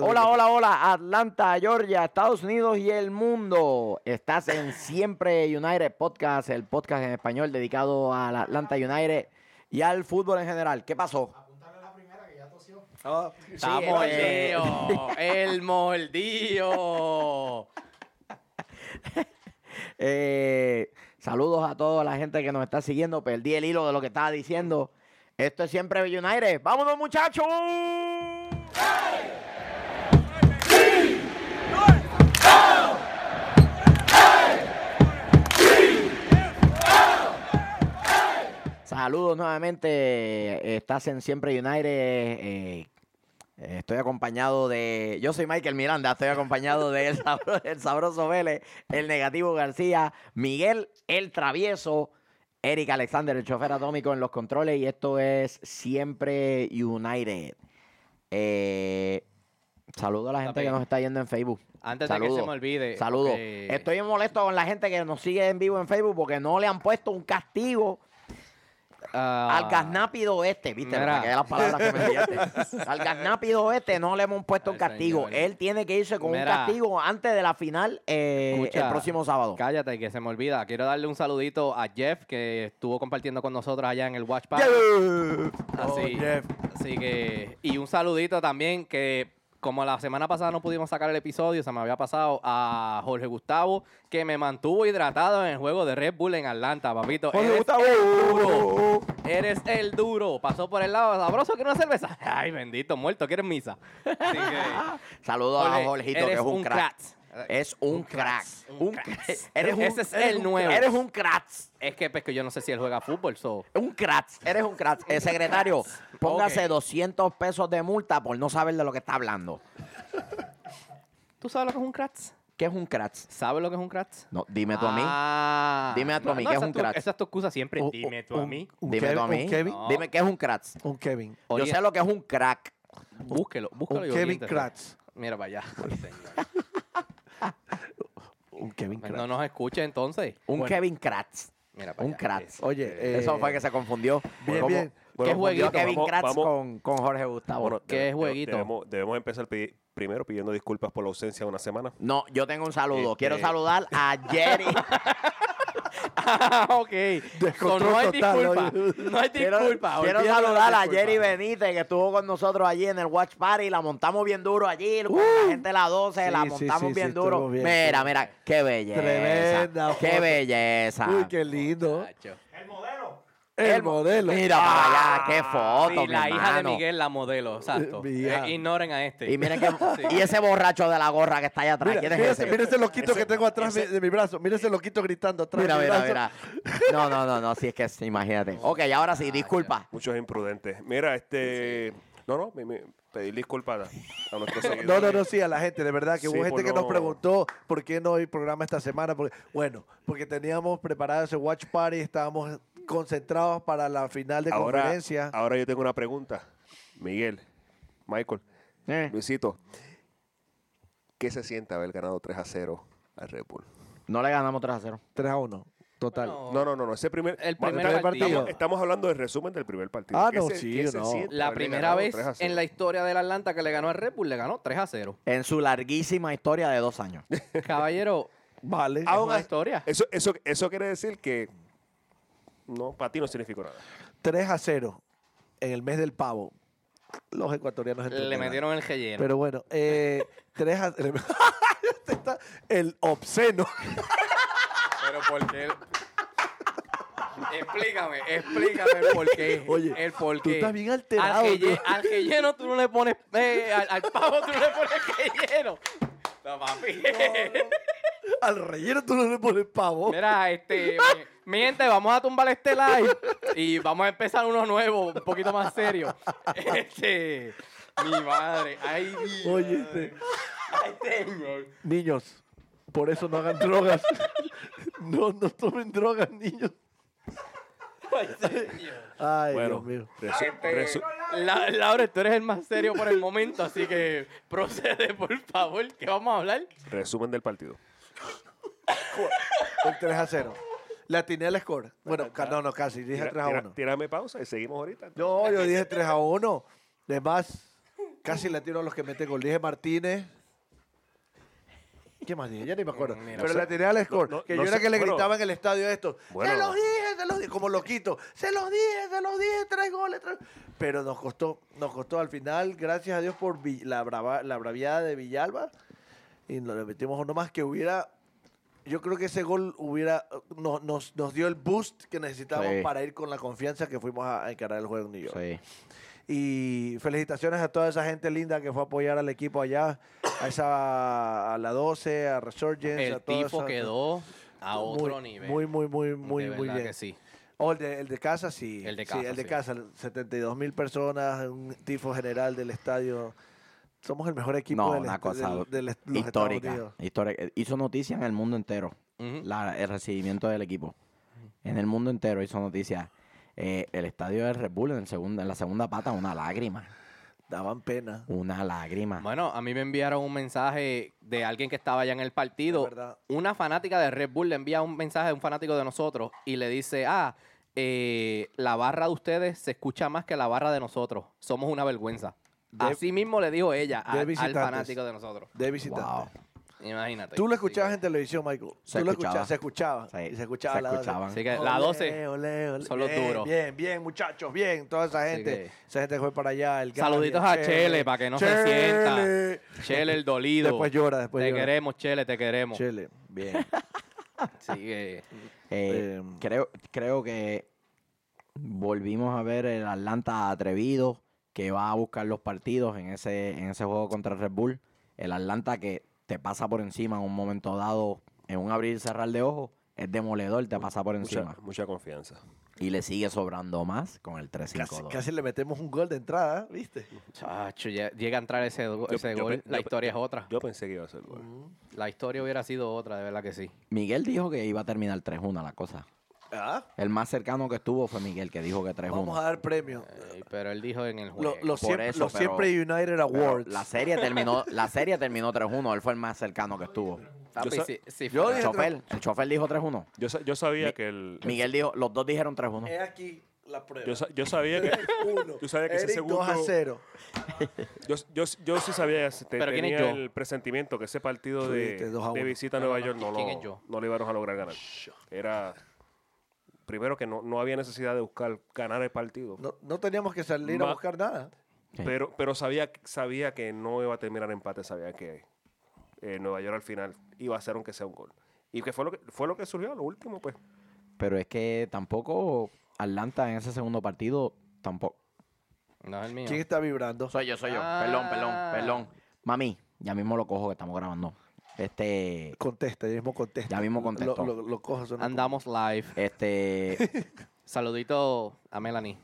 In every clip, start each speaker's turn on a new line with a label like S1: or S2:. S1: Hola, hola, hola, Atlanta, Georgia, Estados Unidos y el mundo. Estás en Siempre United Podcast, el podcast en español dedicado al Atlanta United y al fútbol en general. ¿Qué pasó?
S2: Oh,
S3: Está
S1: Sí, eh,
S3: mordido. El mordido.
S1: Eh, saludos a toda la gente que nos está siguiendo. Perdí el hilo de lo que estaba diciendo. Esto es Siempre United. ¡Vámonos, muchachos! Saludos nuevamente. Estás en Siempre United. eh, eh, Estoy acompañado de. Yo soy Michael Miranda, estoy acompañado de El, Sabro- El Sabroso Vélez, El Negativo García, Miguel El Travieso, Eric Alexander, el chofer atómico en los controles, y esto es Siempre United. Eh, saludo a la gente que nos está yendo en Facebook.
S3: Antes de que
S1: Saludos.
S3: se me olvide.
S1: Saludos.
S3: porque
S1: Estoy molesto con la gente que nos sigue en vivo en Facebook porque no le han puesto un castigo
S3: Ah,
S1: al gasnápido este, viste,
S3: Mira.
S1: me saqué las palabras que me enviaste. al gasnápido este no le hemos puesto un
S3: Ay,
S1: castigo.
S3: señor.
S1: Él tiene que irse con un
S3: Mira.
S1: castigo antes de la final eh,
S3: Escucha.
S1: el próximo sábado.
S3: Cállate, que se me olvida. Quiero darle un saludito a Jeff, que estuvo compartiendo con nosotros allá en el Watch Party. Así,
S2: Jeff.
S3: así que. Y un saludito también que. Como la semana pasada no pudimos sacar el episodio, se me había pasado a Jorge Gustavo, que me mantuvo hidratado en el juego de Red Bull en Atlanta, papito. Eres duro.
S1: Oh.
S3: Eres el duro. Pasó por el lado sabroso que una cerveza. Ay, bendito, muerto, quieres misa. Así que,
S1: Saludos a Jorgito, que es
S3: eres
S1: un,
S3: un
S1: crack.
S3: crack.
S1: Es un crack.
S3: un
S1: Un
S3: crack.
S1: crack. Eres un-
S3: Ese es
S1: eres
S3: el
S1: un-
S3: nuevo.
S1: Eres un crack.
S3: es que pues, que yo no sé si él juega fútbol, so.
S1: Un crack. Eres un crack. Eh, secretario, póngase
S3: Ok.
S1: 200 pesos de multa por no saber de lo que está hablando.
S3: ¿Tú sabes lo que es un crack?
S1: ¿Qué es un crack?
S3: ¿Sabes lo que es un crack?
S1: No, dime tú a mí.
S3: Ah.
S1: Dime tú a mí,
S3: No,
S1: ¿qué es
S3: no, esa
S1: un
S3: tu-
S1: crack?
S3: Esa es tu excusa siempre.
S2: Un-
S3: Dime tú
S2: un-
S3: a mí.
S2: Un
S1: Dime
S2: Kevin,
S1: tú a mí.
S2: Un Kevin,
S3: No.
S1: Dime qué es un crack.
S2: un Kevin.
S1: Yo
S3: Orien-
S1: sé lo que es un crack.
S3: Búsquelo,
S2: Un
S3: búsquelo. y
S2: Kevin
S3: oriéntese.
S2: Kratz.
S3: Mira para allá. Pues,
S2: Un Kevin Kratz.
S3: no nos escuche entonces.
S1: Un
S2: Bueno.
S1: Kevin Kratz.
S3: Mira para
S1: Un
S3: allá.
S1: crack.
S2: Oye, eh,
S1: Eso fue que se confundió.
S2: bien,
S1: Como-
S2: bien.
S1: como
S3: ¿Qué
S1: confundió
S3: jueguito?
S1: Kevin
S4: Vamos-
S1: Kratz
S4: vamos-
S1: con, con Jorge Gustavo.
S4: Bueno,
S3: ¿Qué
S4: debe-
S3: es
S4: debe-
S3: jueguito?
S4: Debemos, debemos empezar pidi- primero pidiendo disculpas por la ausencia de una semana.
S1: No, yo tengo un saludo.
S4: Este-
S1: Quiero saludar a Jerry.
S3: Ah, ok. So, no hay
S2: total,
S3: disculpa.
S2: oye.
S3: No hay
S1: quiero
S3: disculpa.
S1: quiero
S3: olvídate de la
S1: saludar a
S3: disculpa.
S1: Jerry Benítez, que estuvo con nosotros allí en el Watch Party. La montamos bien duro allí. con la gente de la 12,
S2: Uh.
S1: la
S2: Sí, sí,
S1: montamos
S2: sí,
S1: bien
S2: sí,
S1: duro.
S2: estuvo bien,
S1: mira,
S2: estuvo
S1: mira, qué belleza.
S2: Tremenda
S1: Qué
S2: foto.
S1: belleza.
S2: Uy, qué lindo.
S3: Nacho.
S2: El, modelo. Ah,
S1: Mira para allá, qué
S3: Sí,
S1: foto, mi
S3: la hija de
S1: hermano.
S3: Miguel, la modelo, exacto.
S2: Mira.
S3: Eh, ignoren a este.
S1: Y miren que,
S3: Sí.
S1: y ese borracho de la gorra que está allá atrás.
S2: Mira,
S1: ¿Quién es
S2: mira
S1: ese?
S2: ese, mira ese loquito que tengo atrás de- de mi brazo. Mira ese loquito gritando atrás
S1: Mira,
S2: de mi
S1: mira,
S2: brazo.
S1: mira. No, no, no, no, si es que sí, imagínate. Ok, ahora sí, disculpa.
S4: Muchos imprudentes. Mira, este. No, no, me- me- pedir disculpas a, a nuestros seguidores.
S2: No, no, no, sí, a la gente, de verdad, que
S4: Sí,
S2: hubo gente
S4: por
S2: que nos
S4: no-
S2: preguntó por qué no hay programa esta semana. Porque, bueno, porque teníamos preparado ese watch party, estábamos concentrados para la final de
S4: Ahora,
S2: conferencia.
S4: ahora yo tengo una pregunta. Miguel, Michael,
S1: Eh,
S4: Luisito. ¿Qué se siente haber ganado 3 a 0 al Red Bull?
S1: No le ganamos 3 a 0.
S2: 3 a 1, total.
S3: Bueno,
S4: No, no, no, no. Ese primer,
S3: El
S4: va-
S3: primer
S2: primer
S3: partido.
S2: partido.
S4: Estamos hablando del resumen del primer partido.
S2: Ah,
S4: ¿Qué
S2: no,
S4: se-
S2: sí,
S4: qué se
S2: no.
S4: siente
S3: La
S4: haberle
S3: primera
S4: ganado
S3: vez
S4: 3 a 0?
S3: en la historia del Atlanta que le ganó al Red Bull, le ganó 3 a 0.
S1: En su larguísima historia de dos años.
S3: Caballero,
S2: Vale.
S3: es
S4: Ahora-
S3: una historia.
S4: Eso, eso, eso quiere decir que no, para ti no significó nada.
S2: 3 a 0 en el mes del pavo. Los ecuatorianos
S3: Le
S2: entenderán.
S3: metieron el relleno.
S2: Pero bueno, eh, 3 a Este está- el obsceno.
S3: Pero por qué. Explícame, explícame el porqué.
S2: Oye,
S3: el porqué.
S2: tú estás bien alterado,
S3: Al que, lle-
S2: tío.
S3: al que lleno tú no le pones. eh, al, al pavo tú no le pones que lleno. No, papi.
S2: Al relleno tú no le pones pavo.
S3: Mira, este. mi- mi gente, vamos a tumbar este live y vamos a empezar uno nuevo, un poquito más serio. Este. Mi madre. Ay, mi
S2: Oye,
S3: madre. Este,
S2: este,
S3: Ay, señor.
S2: niños, por eso no hagan drogas. No, no tomen drogas, niños.
S3: Ay, señor.
S2: Ay,
S4: Bueno,
S2: Dios mío.
S4: resu- resu-
S3: La- Laura, tú eres el más serio por el momento, así que procede, por favor, que vamos a hablar.
S4: resumen del partido.
S2: El 3 a 0. Le atiné al score. Bueno, ca- no, no, casi. Dije
S4: Tira-
S2: 3 a
S4: tira-
S2: 1.
S4: tírame pausa y seguimos ahorita.
S2: No, yo dije 3 a 1. De más. Casi le tiro a los que mete gol. Dije Martínez. ¿Qué más dije? Ya ni me acuerdo. Pero
S4: no sé.
S2: le tiré al score.
S4: No, no,
S2: que
S4: no
S2: yo era
S4: sé.
S2: que le
S4: Bueno.
S2: gritaba en el estadio esto.
S4: Bueno.
S2: Se los dije, se los dije. Como loquito. Se los dije, se los dije. Tres goles, tres. Pero nos costó, nos costó al final, gracias a Dios por Vi- la, brava, la braviada de Villalba. Y nos le metimos uno más que hubiera. Yo creo que ese gol hubiera no- nos, nos dio el boost que necesitábamos
S1: Sí.
S2: para ir con la confianza que fuimos a, a encarar el juego en New York.
S1: Sí.
S2: Y felicitaciones a toda esa gente linda que fue a apoyar al equipo allá, a esa a la 12, a Resurgence, a
S3: El
S2: toda
S3: tifo
S2: esa-
S3: quedó a
S2: muy-
S3: otro nivel.
S2: Muy, muy, muy,
S3: De
S2: muy, muy
S3: verdad
S2: bien.
S3: que sí.
S2: O el de, el de casa, sí.
S3: El de
S2: Sí,
S3: casa,
S2: el de
S3: sí.
S2: casa, 72 mil personas, un tifo general del estadio. Somos el mejor equipo
S1: No,
S2: del
S1: una
S2: est-
S1: cosa
S2: del- del est- los Estados
S1: histórica,
S2: Unidos.
S1: histórica. Hizo noticia en el mundo entero.
S3: Ujú.
S1: la- el recibimiento del equipo. En el mundo entero hizo noticia. Eh, el estadio de Red Bull en, el segunda, en la segunda pata, una lágrima.
S2: Daban pena.
S1: Una
S2: Ah.
S1: lágrima.
S3: Bueno, a mí me enviaron un mensaje de alguien que estaba allá en el partido.
S2: Es verdad.
S3: Una fanática de Red Bull le envía un mensaje de un fanático de nosotros y le dice, ah, eh, la barra de ustedes se escucha más que la barra de nosotros. Somos una vergüenza.
S2: De-
S3: Así mismo le dijo ella
S2: de
S3: al, al
S2: visitantes.
S3: fanático de nosotros.
S2: De visitante.
S1: wow.
S3: Imagínate.
S2: Tú lo
S3: Así
S2: escuchabas
S3: que-
S2: en televisión, Michael.
S1: Se
S2: Tú lo
S1: escuchaba.
S2: escuchabas, se escuchaba.
S1: Sí,
S2: y se escuchaba
S1: se
S2: la 12.
S1: escuchaban.
S3: Así que la 12.
S2: Ole, ole, ole.
S3: son los
S2: Bien,
S3: duros.
S2: Bien, bien, muchachos, bien. Toda esa
S3: Así
S2: gente.
S3: que-
S2: Esa gente que fue para allá. El
S3: Saluditos a
S2: Gabriel,
S3: Chele, para que no se
S2: Chele.
S3: Chele el dolido.
S2: Después pues, llora, después
S3: te
S2: llora.
S3: queremos, Chele, te queremos.
S2: Chele, bien.
S3: Así que-
S1: Eh,
S2: Em,
S1: creo, creo que volvimos a ver el Atlanta atrevido que va a buscar los partidos en ese, en ese juego contra Red Bull. El Atlanta que te pasa por encima en un momento dado, en un abrir y cerrar de ojos, es demoledor, te pasa por encima.
S4: Mucha, mucha confianza.
S1: Y le sigue sobrando más con el 3-5-2.
S2: Casi, casi le metemos un gol de entrada, ¿viste?
S3: Chacho, ya- llega a entrar ese, go-
S4: Yo-
S3: ese
S4: yo
S3: gol.
S4: pe-
S3: Pues la
S4: yo pe-
S3: historia es otra.
S4: Yo pensé que iba a ser gol.
S3: La historia hubiera sido otra, de verdad que sí.
S1: Miguel dijo que iba a terminar 3-1 la cosa.
S2: Ah,
S1: El más cercano que estuvo fue Miguel, que dijo que 3-1.
S2: vamos a dar premio.
S3: Ey, pero él dijo en
S2: Eh,
S3: el
S2: Lo-
S3: juego.
S2: Los
S1: por
S2: siempre,
S1: eso,
S2: los
S1: pero-
S2: siempre United
S1: Pero
S2: Awards.
S1: La serie terminó, la serie terminó 3-1, él fue el más cercano que estuvo.
S3: Papi,
S4: Yo sa-
S3: si- si
S2: yo
S3: fuera-
S1: El
S2: dije-
S1: chofer, el chofer dijo 3-1.
S4: Yo, sa- yo sabía que el.
S1: Miguel dijo, los dos dijeron
S2: He
S1: 3-1.
S2: aquí la prueba.
S4: Yo, sa- yo sabía que.
S2: Uno.
S4: Tú sabes que ese
S2: Eric,
S4: segundo-
S2: 2 a 0.
S4: Yo, yo, yo sí sabía, te-
S3: Pero ¿quién es
S4: tenía
S3: yo?
S4: el presentimiento que ese partido de,
S2: Tuviste dos a
S4: de
S2: uno.
S4: visita a
S3: No,
S4: Nueva
S3: no,
S4: York
S3: no,
S4: no
S3: ¿quién es yo?
S4: lo, no lo iban a lograr ganar. Era, primero que no, no había necesidad de buscar ganar el partido,
S2: No, no teníamos que salir a
S4: Ma-
S2: buscar nada.
S1: Sí.
S4: pero, pero sabía, sabía que no iba a terminar empate, sabía que eh, Nueva York al final iba a hacer aunque sea un gol. Y que fue lo que, fue lo que surgió a lo último, pues.
S1: Pero es que tampoco Atlanta en ese segundo partido, tampoco.
S3: No es el mío.
S2: ¿Quién está vibrando?
S1: Soy yo, soy yo.
S3: Ah.
S1: Perdón, perdón, perdón. Mami, ya mismo lo cojo que estamos grabando. Este,
S2: Contesta, ya mismo contesta.
S1: Ya mismo
S2: Lo-
S1: contestó.
S2: Lo, lo, lo cojo, eso no-
S3: Andamos live.
S1: este,
S3: Saludito a Melanie.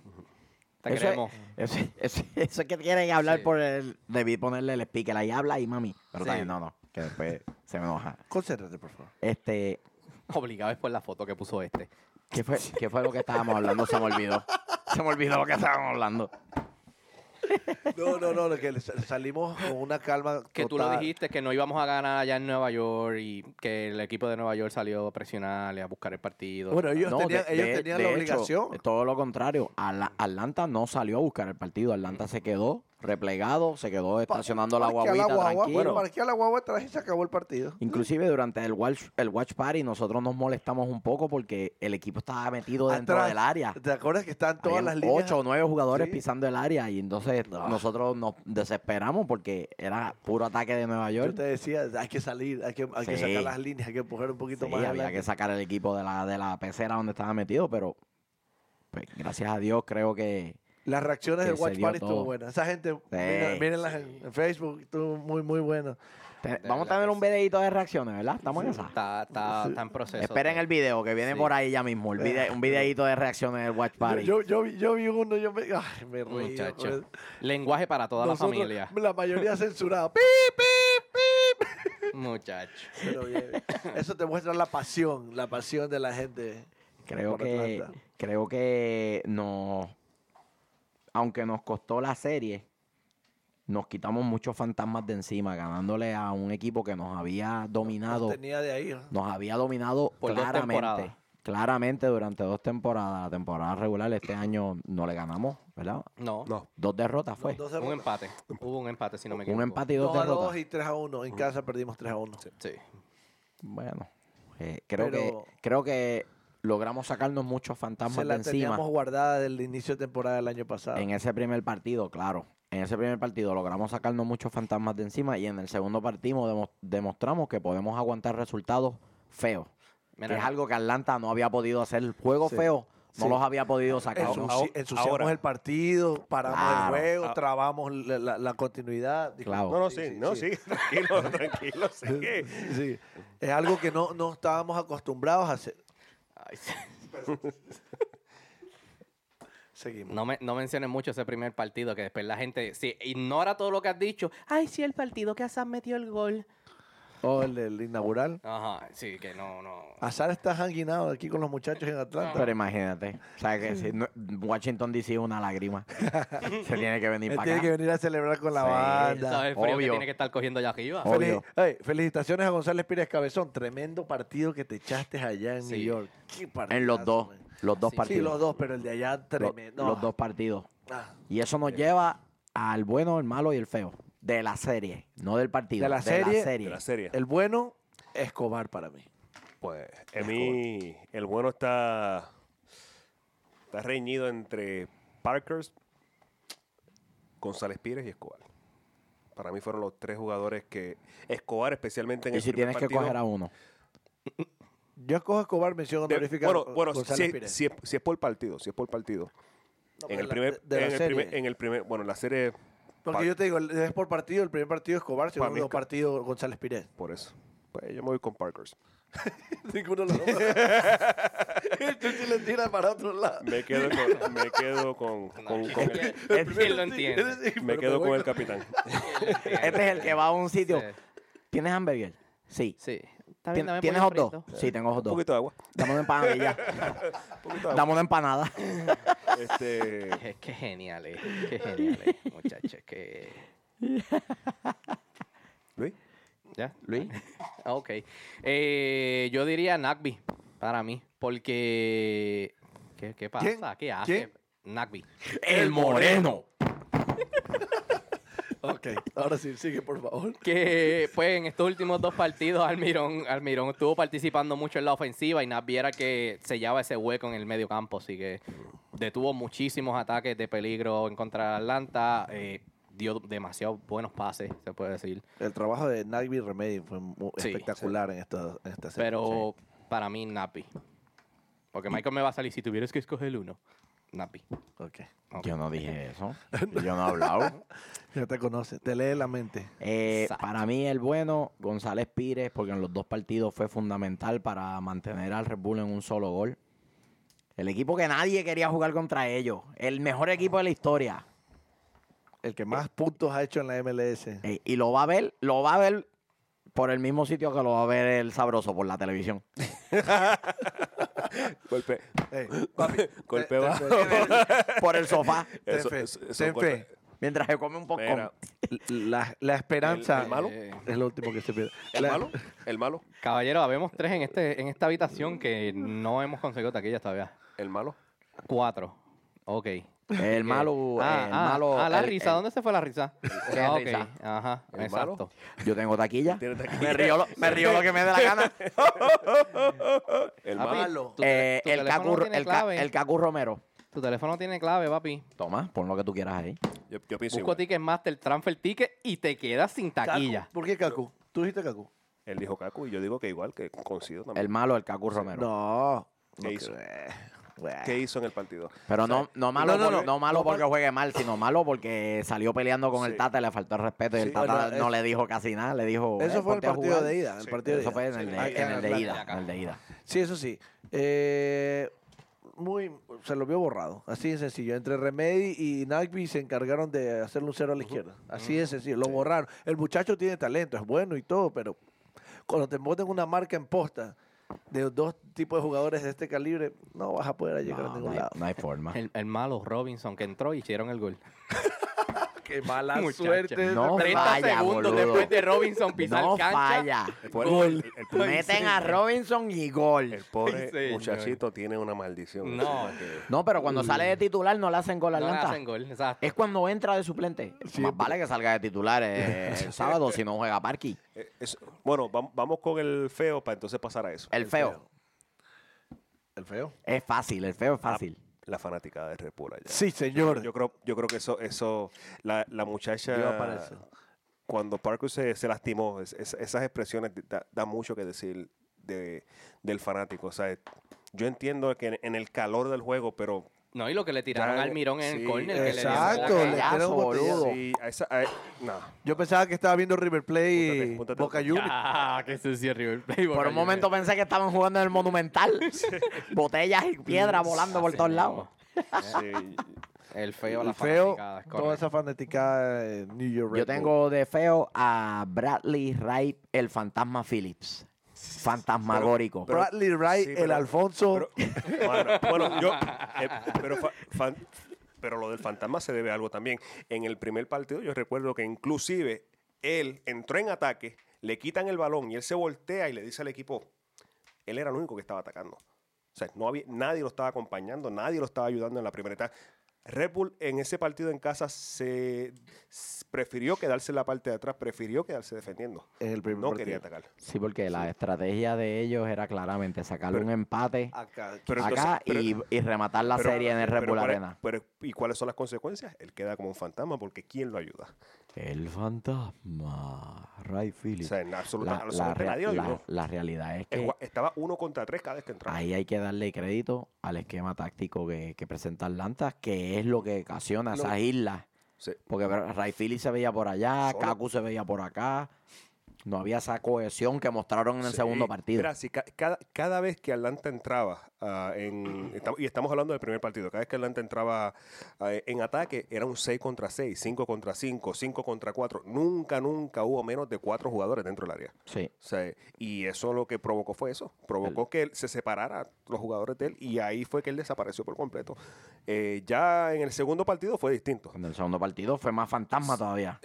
S3: Te
S1: Eso es-
S3: queremos.
S1: Eso, eso- eso es que quieren hablar
S3: Sí.
S1: por el. Debí ponerle el speaker. Ahí habla y mami. Pero está
S3: Sí.
S1: bien, no, no. Que después se me enoja.
S2: Concéntrate, por favor.
S1: Este.
S3: Obligado es por la foto que puso este.
S1: ¿qué fue, ¿Qué fue lo que estábamos hablando? Se me olvidó. Se me olvidó lo que estábamos hablando.
S2: No, no, no, lo que le sal- salimos con una calma.
S3: Que tú lo
S2: total.
S3: dijiste, que no íbamos a ganar allá en Nueva York y que el equipo de Nueva York salió a presionarle, a buscar el partido.
S2: Bueno, ellos
S1: No,
S2: tenían,
S1: de-
S2: ellos
S1: de-
S2: tenían
S1: de
S2: la
S1: hecho, eh,
S2: obligación.
S1: todo lo contrario. Ala- Atlanta no salió a buscar el partido. Atlanta se quedó replegado, se quedó estacionando la
S2: Parquea
S1: guaguita
S2: guagua,
S1: tranquilo.
S2: parquea la guagua atrás y se acabó el partido.
S1: Inclusive durante el watch, el watch party nosotros nos molestamos un poco porque el equipo estaba metido dentro
S2: Atrás.
S1: del área.
S2: ¿Te acuerdas que están todas
S1: Habían
S2: las líneas?
S1: ocho o nueve jugadores
S2: Sí. Ah.
S1: pisando el área y entonces nosotros nos desesperamos porque era puro ataque de Nueva
S2: Yo
S1: York.
S2: te decía, hay que salir, hay que, hay que
S1: Sí.
S2: sacar las líneas, hay que empujar un poquito
S1: Sí,
S2: más.
S1: había que
S2: adelante.
S1: sacar el equipo de la, de la pecera donde estaba metido, pero pues, gracias a Dios creo que
S2: Las reacciones
S1: que
S2: del
S1: se
S2: Watch
S1: dio
S2: Party estuvo
S1: todo.
S2: buena. Esa gente, mira- mírenlas en, en Facebook, estuvo muy, muy buena.
S1: te-
S3: verdad
S1: vamos a tener
S3: que
S1: un videito de reacciones, ¿verdad? Estamos en esa.
S3: Está, está, está en proceso.
S1: Esperen el video que viene
S3: Sí.
S1: por ahí ya mismo, el vide- un videito de reacciones del Watch Party.
S2: Yo, yo, yo vi- yo vi uno, yo me, ay, me reí.
S3: Muchacho. Lenguaje para toda
S2: Nosotros-
S3: la familia.
S2: La mayoría censurada. ¡Pip, pip, pip!
S3: Muchacho.
S2: Pero bien, eso te muestra la pasión, la pasión de la gente.
S1: Creo
S2: por
S1: que,
S2: Atlanta.
S1: creo que nos, aunque nos costó la serie, nos quitamos muchos fantasmas de encima, ganándole a un equipo que nos había dominado,
S2: tenía de ahí. ¿no?
S1: nos había dominado
S3: Por dos
S1: claramente.
S3: temporadas.
S1: Claramente durante dos temporadas, la temporada regular este año no le ganamos, ¿verdad?
S3: No,
S4: No.
S1: Dos derrotas fue.
S2: Dos
S3: un
S2: derrotas.
S3: empate. Hubo un empate, si no me equivoco.
S1: Un empate y dos
S2: 2 a 2
S1: derrotas.
S2: y 3 a 1.
S4: Mm.
S2: En casa perdimos 3 a 1.
S3: Sí.
S1: Bueno, eh, creo,
S2: Pero-
S1: que, creo que logramos sacarnos muchos
S2: Se
S1: fantasmas de
S2: la
S1: encima.
S2: teníamos guardada del inicio de temporada del año pasado.
S1: En ese primer partido, claro. En ese primer partido logramos sacarnos muchos fantasmas de encima y en el segundo partido demo- demostramos que podemos aguantar resultados feos.
S3: Mira,
S1: que es algo que Atlanta no había podido hacer. Juegos
S2: Sí,
S1: feos no
S2: sí.
S1: los había podido sacar.
S2: Ensuci-
S4: ahora-
S2: ensuciamos
S4: ahora.
S2: el partido, paramos
S1: Claro.
S2: el juego,
S4: Ah.
S2: trabamos la, la- la continuidad. Disculpa.
S1: Claro.
S4: No, no,
S2: Sí,
S4: sí,
S2: sí,
S4: no,
S2: sí.
S4: sí. Tranquilo, tranquilo, sigue.
S2: Sí. Es algo que no, no estábamos acostumbrados a hacer.
S3: ay, sí.
S2: Seguimos.
S3: no, me- no menciones mucho ese primer partido, que después la gente si ignora todo lo que has dicho. Ay, sí, el partido que Assad metió el gol.
S2: O el, el inaugural.
S3: Ajá, sí, que no, no.
S1: Ah,
S2: Azar está janguinado aquí con los muchachos en Atlanta.
S1: Pero imagínate. O sea, que si no- Washington DC es una lágrima. Se tiene que venir
S2: Él
S1: para
S2: tiene
S1: acá.
S2: que venir a celebrar con la
S1: Sí,
S2: banda.
S3: ¿Sabes el frío que
S1: obvio.
S3: tiene que estar cogiendo allá arriba?
S2: Felici-
S1: Obvio.
S2: Ey, felicitaciones a González Pires Cabezón. Tremendo partido que te echaste allá en
S3: Sí.
S2: New York. Qué
S1: En los
S2: partidazo,
S1: dos.
S2: man.
S1: Los dos
S3: Sí,
S1: partidos.
S2: Sí, los dos, pero el de allá
S1: Lo-
S2: tremendo.
S1: los dos partidos.
S2: Ah,
S1: Y eso nos lleva al bueno, el malo y el feo. De la serie, no del partido.
S2: De la serie,
S4: De la serie.
S2: El bueno, Escobar para mí.
S4: Pues, a mí, el bueno está, está reñido entre Parkers, González Pires y Escobar. Para mí fueron los tres jugadores que. Escobar, especialmente en
S1: Y
S4: el
S1: si
S4: primer
S1: tienes que
S4: partido,
S1: coger a uno.
S2: Yo escojo a Escobar, mención
S4: de-
S2: honorífica.
S4: bueno,
S2: a
S4: bueno
S2: González
S4: si,
S2: Pires.
S4: si es, si es por partido, si es por partido.
S2: No,
S4: en
S2: de
S4: el
S2: la-
S4: primer,
S2: de la
S4: en el
S2: serie.
S4: primer, en el primer, bueno, la serie
S2: Porque yo te digo, el- es por partido, el primer partido Escobar,
S4: Para mí
S2: segundo
S4: es que-
S2: partido González Pires.
S4: por eso. Pues yo me voy con Parkers.
S2: Ninguno de los dos. El Chuchi le tira para otro lado.
S4: Me quedo con, me quedo con,
S3: No,
S4: con-
S3: es
S4: con
S3: que-
S4: el,
S3: es que él lo entiende.
S2: Sí, sí,
S4: me
S2: pero
S4: quedo
S2: voy
S4: con el capitán.
S1: Este es el que va a un sitio.
S3: Sí.
S1: ¿Tienes hamburger? Sí.
S3: Sí. Está bien,
S1: ¿Tien-
S3: dame
S1: ¿Tienes
S3: pollo
S1: hot dog?
S3: frito.
S1: Sí, tengo hot
S4: Un
S1: dog.
S4: poquito de agua.
S1: Dame una empanadilla.
S4: Un poquito de agua.
S1: Dame una empanada.
S4: Este,
S3: Qué, qué genial es, qué genial es, muchachos, que...
S4: Luis.
S3: ¿Ya?
S1: Luis.
S3: Ah, Ok. Eh, yo diría Nagby para mí, porque... ¿Qué, qué pasa?
S2: ¿Quién?
S3: ¿Qué hace?
S2: ¿Quién?
S3: Nagby.
S1: El moreno.
S2: Ok, ahora sí, sigue, por favor.
S3: Que pues en estos últimos dos partidos Almirón, Almirón estuvo participando mucho en la ofensiva y Nagby era el que sellaba ese hueco en el medio campo, así que detuvo muchísimos ataques de peligro en contra de Atlanta, eh, dio demasiados buenos pases, se puede decir.
S2: El trabajo de Nagby Remedy fue mu-
S3: Sí,
S2: espectacular En, esta, en esta serie.
S3: Pero para mí, Napi. Porque Michael me va a salir, si tuvieras que escoger uno, Napi.
S2: Sí, ok.
S3: Ok.
S1: Yo no dije eso. Yo no he hablado.
S2: Ya te conoce, te lee la mente.
S1: Eh,
S3: Exacto.
S1: para mí el bueno, González Pires, porque en los dos partidos fue fundamental para mantener al Red Bull en un solo gol. El equipo que nadie quería jugar contra ellos. El mejor equipo de la historia.
S2: El que más puntos ha hecho en la MLS.
S1: Eh, y lo va a ver, lo va a ver por el mismo sitio que lo va a ver el sabroso por la televisión.
S4: Golpe.
S2: Ey,
S4: Golpe
S2: te-
S4: bajo.
S1: por el sofá.
S2: Ten
S4: Eso-
S2: fe,
S4: eso- eso
S2: ten
S4: golpe-
S2: fe.
S1: Mientras se come un poco.
S4: Mira,
S2: La, la esperanza.
S4: ¿El- el malo?
S2: Es lo último que se pierde.
S4: ¿El
S2: La-
S4: malo? ¿El malo?
S3: Caballero, habemos tres en, este, en esta habitación que no hemos conseguido taquillas todavía.
S4: ¿El malo?
S3: Cuatro. Ok.
S1: El malo. eh,
S3: Ah,
S1: el
S3: ah,
S1: malo.
S3: ah, la
S1: el- el-
S3: risa. ¿Dónde se fue la risa?
S1: ¿Qué
S3: Ah, ok.
S1: risa?
S3: Ajá.
S4: ¿El
S3: Exacto.
S1: Yo tengo taquilla.
S4: Tiene taquilla.
S1: Me río, lo, me río lo que me dé la gana.
S4: ¿El
S3: Papi,
S4: malo?
S3: Tu, tele-
S1: Eh,
S3: tu
S1: el,
S3: teléfono
S1: Cacu,
S3: no tiene
S1: el, Ca-
S3: clave.
S1: el Cacu Romero.
S3: Tu teléfono tiene clave, papi.
S1: Toma, pon lo que tú quieras ahí.
S4: Yo, yo pienso
S3: Busco
S4: igual.
S3: Ticketmaster, transfer ticket y te quedas sin
S2: Cacu.
S3: taquilla.
S2: ¿Por qué Cacu? ¿Tú dijiste Cacu?
S4: Él dijo Cacu y yo digo que igual, que coincido también.
S1: El malo, el Cacu Romero.
S2: No.
S4: ¿Qué
S2: no
S4: hizo?
S2: creo. Bueno.
S4: ¿Qué hizo en el partido?
S1: Pero no, no malo,
S2: no, no,
S1: por-
S2: no.
S1: no malo
S2: No,
S1: porque
S2: mal-
S1: juegue mal, sino malo porque salió peleando con el
S4: Sí.
S1: Tata, le faltó el respeto y
S4: Sí,
S1: el Tata
S2: bueno,
S1: no
S2: eso-
S1: le dijo casi nada, le dijo...
S2: Eso
S1: "Eh,
S2: fue el
S1: ponte a
S2: partido
S1: jugar".
S2: de ida. El
S4: Sí,
S2: partido de
S1: Eso
S2: ida.
S1: fue en el,
S4: Sí,
S1: de-
S2: aquí
S1: en
S2: en
S1: el de
S2: Atlanta.
S1: ida, en el de ida.
S2: Sí, eso sí. Eh, muy, se lo vio borrado. Así de sencillo. Entre Remedy y Nagby se encargaron de hacerle un cero a la izquierda. Así de sencillo. Lo borraron. El muchacho tiene talento, es bueno y todo, pero cuando te boten una marca en posta de dos tipos de jugadores de este calibre, no vas a poder llegar a
S1: No,
S2: ningún
S1: no hay,
S2: lado.
S1: no hay forma.
S3: El, el malo Robinson que entró y hicieron el gol.
S2: Qué mala
S3: Muchacha.
S2: suerte.
S1: No
S3: 30
S1: falla,
S3: segundos
S1: boludo.
S3: después de Robinson pisar
S1: no
S3: cancha.
S1: falla.
S4: Por-
S3: Gol.
S4: el- el-
S1: Meten a Robinson y
S4: El
S1: gol.
S4: pobre
S3: Ay, señor.
S4: muchachito tiene una maldición.
S3: No.
S4: encima que-
S1: No, pero cuando sale de titular no le hacen gol a
S3: No le
S1: Atlanta.
S3: hacen gol, exacto.
S1: Es cuando entra de suplente. Más vale que salga de titular eh, el sábado si no juega Parky.
S4: eh, es- bueno, vam- vamos con el feo para entonces pasar a eso.
S1: El feo.
S2: El feo.
S1: Es fácil, el feo es
S4: Ah,
S1: fácil.
S4: La fanaticada de Red Bull allá.
S2: Sí, señor.
S4: Yo creo, yo creo que eso, eso, la, la
S2: Iba
S4: muchacha,
S2: para eso.
S4: cuando Parker se, se lastimó, es- es- esas expresiones da, da mucho que decir de, del fanático. O sea, yo entiendo que en, en el calor del juego, pero
S3: No, y lo que le tiraron
S4: Ya,
S3: al Mirón en
S4: sí,
S3: el córner. que le dieron
S2: Exacto,
S3: boca.
S2: le tiraron un botellazo.
S1: boludo.
S4: sí, a esa, a- e, no.
S2: Yo pensaba que estaba viendo River Plate y
S4: Júntate, júntate.
S2: Boca Juniors.
S3: Ah, qué sucio River Plate.
S1: Por un momento pensé que estaban jugando en el Monumental. Botellas y piedras volando
S4: Ah,
S1: por todos lados.
S4: Sí.
S3: El feo,
S2: El
S3: la
S2: feo,
S3: fanaticada, es
S2: toda esa fanaticada de New York. Red
S1: Yo tengo de feo a Bradley Wright, el fantasma Phillips. Fantasmagórico.
S2: Bull. Bradley Wright,
S4: sí,
S2: el
S4: pero-
S2: Alfonso.
S4: Pero, bueno, bueno, yo. eh, pero, fa- fan- pero lo del fantasma se debe a algo también. En el primer partido, yo recuerdo que inclusive él entró en ataque, le quitan el balón y él se voltea y le dice al equipo: él era el único que estaba atacando. O sea, no había, nadie lo estaba acompañando, nadie lo estaba ayudando en la primera etapa. Red Bull en ese partido en casa se s- prefirió quedarse en la parte de atrás, prefirió quedarse defendiendo.
S2: es el primer
S4: No
S2: partido.
S4: quería atacar.
S1: Sí, porque la estrategia de ellos era claramente sacar un empate
S2: Acá.
S4: Ah, Pero
S1: acá
S4: entonces- pero-
S1: y, y rematar la
S4: Pero-
S1: serie en el Red
S4: pero
S1: Bull
S4: cuál es-
S1: Arena.
S4: pero- ¿Y cuáles son las consecuencias? Él queda como un fantasma porque ¿quién lo ayuda?
S1: El fantasma, Ray
S4: O
S1: Phillips.
S4: sea, en absoluta-
S1: La, la
S4: absolutamente
S1: rea-
S4: nadie lo
S1: la-
S4: ayudó.
S1: la realidad es
S4: El
S1: que
S4: gua- Estaba uno contra tres cada vez que entraba.
S1: Pues ahí hay que darle crédito al esquema táctico que, que presenta Atlanta, que es lo que ocasiona
S4: Lo-
S1: esas islas.
S4: Sí.
S1: Porque ver- Ray Phillips se veía por allá,
S4: Solo.
S1: Kaku se veía por acá. No había esa cohesión que mostraron en el segundo
S4: Sí.
S1: partido.
S4: Mira, si ca- cada, cada vez que Atlanta entraba, ah, en, esta- y estamos hablando del primer partido, cada vez que Atlanta entraba ah, en ataque, era un 6 contra 6, 5 contra 5, 5 contra 4. Nunca, nunca hubo menos de cuatro jugadores dentro del área.
S1: Sí.
S4: O sea, y eso lo que provocó fue eso. Provocó que él se separara los jugadores de él y ahí fue que él desapareció por completo. Eh, ya en el segundo partido fue distinto,
S1: En el segundo partido fue más fantasma todavía.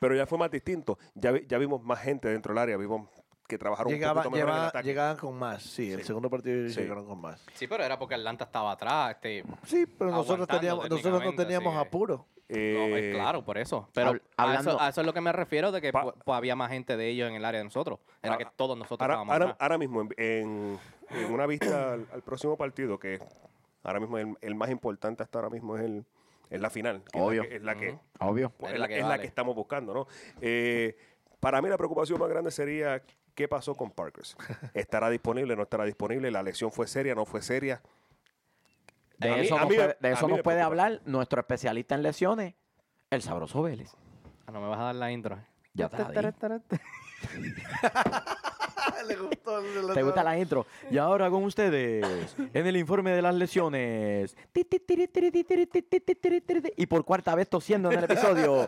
S4: pero ya fue más distinto. Ya, vi- ya vimos más gente dentro del área, vimos que trabajaron
S2: Llegaba-
S4: un poquito mejor en el
S2: llegaba-
S4: ataque.
S2: llegaban con más, sí, El segundo partido
S4: Sí.
S2: llegaron con más.
S3: Sí, pero era porque Atlanta estaba atrás. Este, no,
S2: Sí, pero nosotros,
S3: Aguantando
S2: teníamos, nosotros no
S3: técnicamente,
S2: teníamos
S3: así que-
S2: apuro.
S4: Eh,
S3: es claro, por eso. Pero
S1: Habl-
S3: a
S1: hablando-
S3: eso, a eso es lo que me refiero, de que
S4: Pa-
S3: pues, pues, había más gente de ellos en el área de nosotros. Era
S4: Ah,
S3: que todos nosotros
S4: Ahora,
S3: estábamos
S4: ahora,
S3: atrás.
S4: ahora mismo, en, en- en una vista al, al próximo partido, que ahora mismo el, el más importante hasta ahora mismo es el es la final. que es la
S1: Obvio.
S4: que- Es la que,
S3: Ujú.
S1: Obvio.
S4: Pues
S3: Es
S4: es, la,
S3: la que
S4: es la
S3: vale.
S4: que estamos buscando, ¿no? Eh, para mí la preocupación más grande sería qué pasó con Parkers. ¿Estará disponible? ¿No estará disponible? ¿La lesión fue seria? ¿No fue seria?
S1: De
S4: A mí-
S1: eso
S4: a
S1: nos
S4: mí me-
S1: puede, de
S4: a
S1: eso
S4: mí
S1: nos
S4: me
S1: puede
S4: preocupa.
S1: hablar nuestro especialista en lesiones, el sabroso Vélez.
S3: Ah, no me vas a dar la intro.
S1: Ya te la di.
S2: Le gustó el-
S1: ¿Te gusta la intro? Y ahora con ustedes, en el informe de las lesiones. Ti, ti, tiri, tiri, ti, tiri, ti, ti, ti, tiri, tiri, ti. Y por cuarta vez tosiendo en el episodio,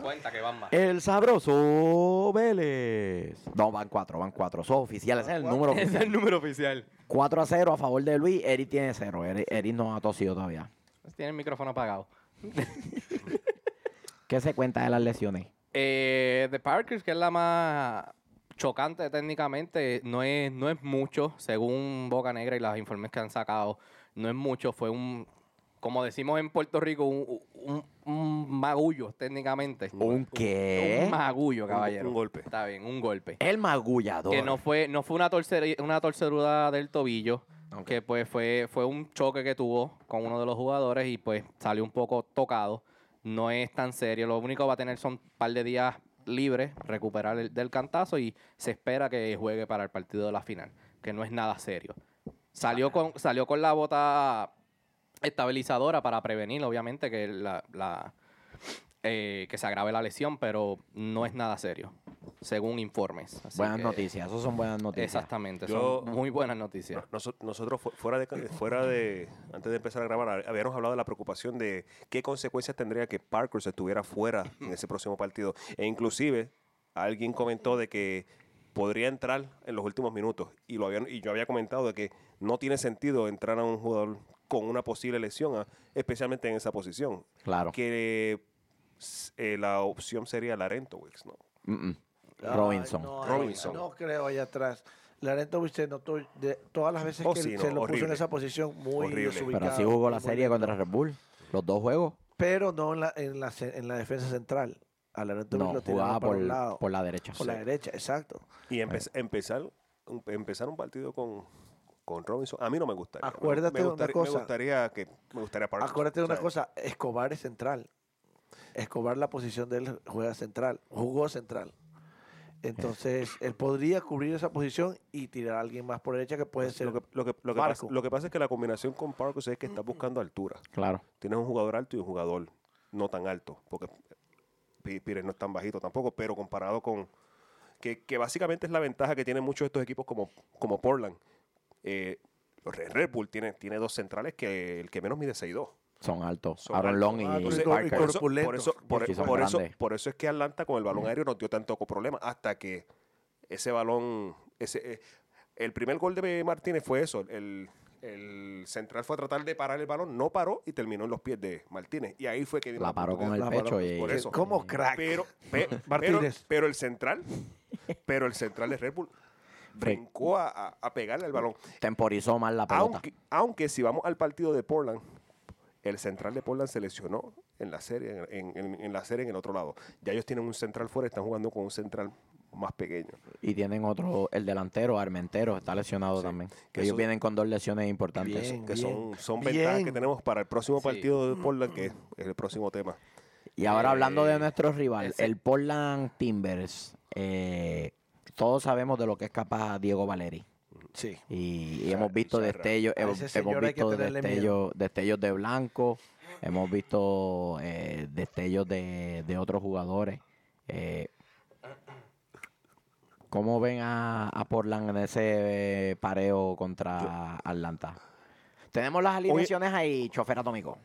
S3: Cuenta que van más.
S1: el sabroso Vélez. No, van cuatro, van cuatro. Son oficiales, ese es el número
S3: Ese es el
S1: oficial.
S3: número oficial.
S1: 4 a 0 a favor de Luis. Eric tiene cero. Eric, Eric no ha tosido todavía.
S3: Tiene el micrófono apagado.
S1: ¿Qué se cuenta de las lesiones?
S3: Eh, de Parkers, que es la más chocante técnicamente, no es, no es mucho, según Boca Negra y los informes que han sacado, no es mucho, fue un, como decimos en Puerto Rico, un, un- un magullo técnicamente.
S1: ¿Un qué?
S3: Un magullo, caballero.
S4: un golpe.
S3: Está bien, un golpe.
S1: El magullador.
S3: Que no fue, no fue una, torceri- una torcedura del tobillo, que pues fue, fue un choque que tuvo con uno de los jugadores y pues salió un poco tocado. No es tan serio, lo único que va a tener son un par de días libres, recuperar el- del cantazo y se espera que juegue para el partido de la final, que no es nada serio. Salió con, salió con la bota estabilizadora para prevenir, obviamente, que la, la- eh, que se agrave la lesión, pero no es nada serio, según informes. Así
S1: Buenas
S3: que-
S1: noticias, eso son buenas noticias.
S3: Exactamente,
S4: Yo-
S3: son muy buenas noticias.
S4: Noso- nosotros fu- fuera de, ca- eh, fuera de antes de empezar a grabar hab- habíamos hablado de la preocupación de qué consecuencias tendría que Parker se estuviera fuera en ese próximo partido e inclusive alguien comentó de que podría entrar en los últimos minutos y lo habían y yo había comentado de que no tiene sentido entrar a un ah, jugador con una posible lesión a- especialmente en esa posición
S1: Claro.
S4: que s- eh, la opción sería Larento Wicks, ¿no?
S1: Mm, mm.
S2: Ay,
S1: Robinson.
S2: no,
S4: Robinson.
S2: No creo allá atrás. Larento se notó de todas las veces
S4: Oh,
S2: que se
S4: sí, no,
S2: lo puso en
S4: horrible.
S2: esa posición muy
S4: Horrible.
S1: Pero
S2: desubicado,
S1: así jugó la
S2: muy
S1: serie
S2: lento.
S1: contra Red Bull. Los dos juegos.
S2: Pero no en la, en la, ce- en la defensa central. A Larento
S1: No,
S2: lo tiraba
S1: jugaba
S2: por, un
S1: por,
S2: lado,
S1: por la derecha.
S2: por la
S1: Sí.
S2: derecha, exacto.
S4: Y empe- empezar, un- empezar un partido con, con Robinson, a mí no me gustaría. Me-
S2: Acuérdate
S4: me
S2: de una
S4: gustaría-
S2: cosa.
S4: Me gustaría que... Me gustaría Parks,
S2: Acuérdate de una
S4: ¿sabes?
S2: cosa, Escobar es central. Escobar la posición de él juega central, jugó central. Entonces,
S4: Eh.
S2: él podría cubrir esa posición y tirar a alguien más por derecha que puede ser.
S4: Pues Lo que, lo, que, lo, que pasa,
S2: Parco.
S4: lo que pasa es que la combinación con Parcos es que está buscando altura.
S1: Claro.
S4: Tienes un jugador alto y un jugador no tan alto, porque P- Pires no es tan bajito tampoco, pero comparado con... Que, que básicamente es la ventaja que tienen muchos de estos equipos como, como Portland. Eh, Re- Red Bull tiene, tiene dos centrales que el que menos mide 6'2".
S1: Son altos.
S4: Son
S1: Aaron
S4: altos.
S1: Long y,
S2: Ah,
S1: y
S2: entonces,
S4: Por
S1: Parker.
S2: y
S4: eso, por,
S2: corpulentos.
S4: eso, por-
S1: Porque son
S4: por eso-
S1: grandes.
S4: por eso es que Atlanta con el balón aéreo nos dio tanto problema hasta que ese balón, ese, eh, el primer gol de Martínez fue eso. El, el central fue a tratar de parar el balón, no paró y terminó en los pies de Martínez. Y ahí fue que vino
S1: La paró con el
S2: La
S1: pecho
S2: paró.
S1: y
S4: por
S2: Que-
S4: eso.
S2: Como crack.
S4: Pero, pe- pero-
S2: Martínez.
S4: pero el central, pero el central de Red Bull brincó a, a- a pegarle al balón.
S1: temporizó mal la pelota.
S4: Aunque, aunque si vamos al partido de Portland, el central de Portland se lesionó en la serie, en, en- en la serie en el otro lado. Ya ellos tienen un central fuera, están jugando con un central más pequeño.
S1: Y tienen otro, el delantero, Armentero, está lesionado también.
S4: que
S1: Ellos
S4: eso-
S1: vienen con dos lesiones importantes.
S2: Bien.
S4: Que son, son
S2: Bien.
S4: ventajas que tenemos para el próximo
S3: Sí.
S4: partido de Portland, que es el próximo tema.
S1: Y ahora hablando
S3: Eh,
S1: de nuestro rival,
S3: ese-
S1: el Portland Timbers, eh, todos sabemos de lo que es capaz Diego Valeri.
S2: Sí.
S1: Y, y
S4: Sa-
S1: hemos visto
S4: Sarra.
S1: destellos,
S2: A
S1: hemos,
S2: ese
S1: hemos
S2: señor hay que
S1: visto
S2: tenerle
S1: destellos, destellos de Blanco, hemos visto eh, destellos de, de otros jugadores. Eh, ¿Cómo ven a, a Portland en ese eh, pareo contra Atlanta? Tenemos las alineaciones ahí, chofer atómico.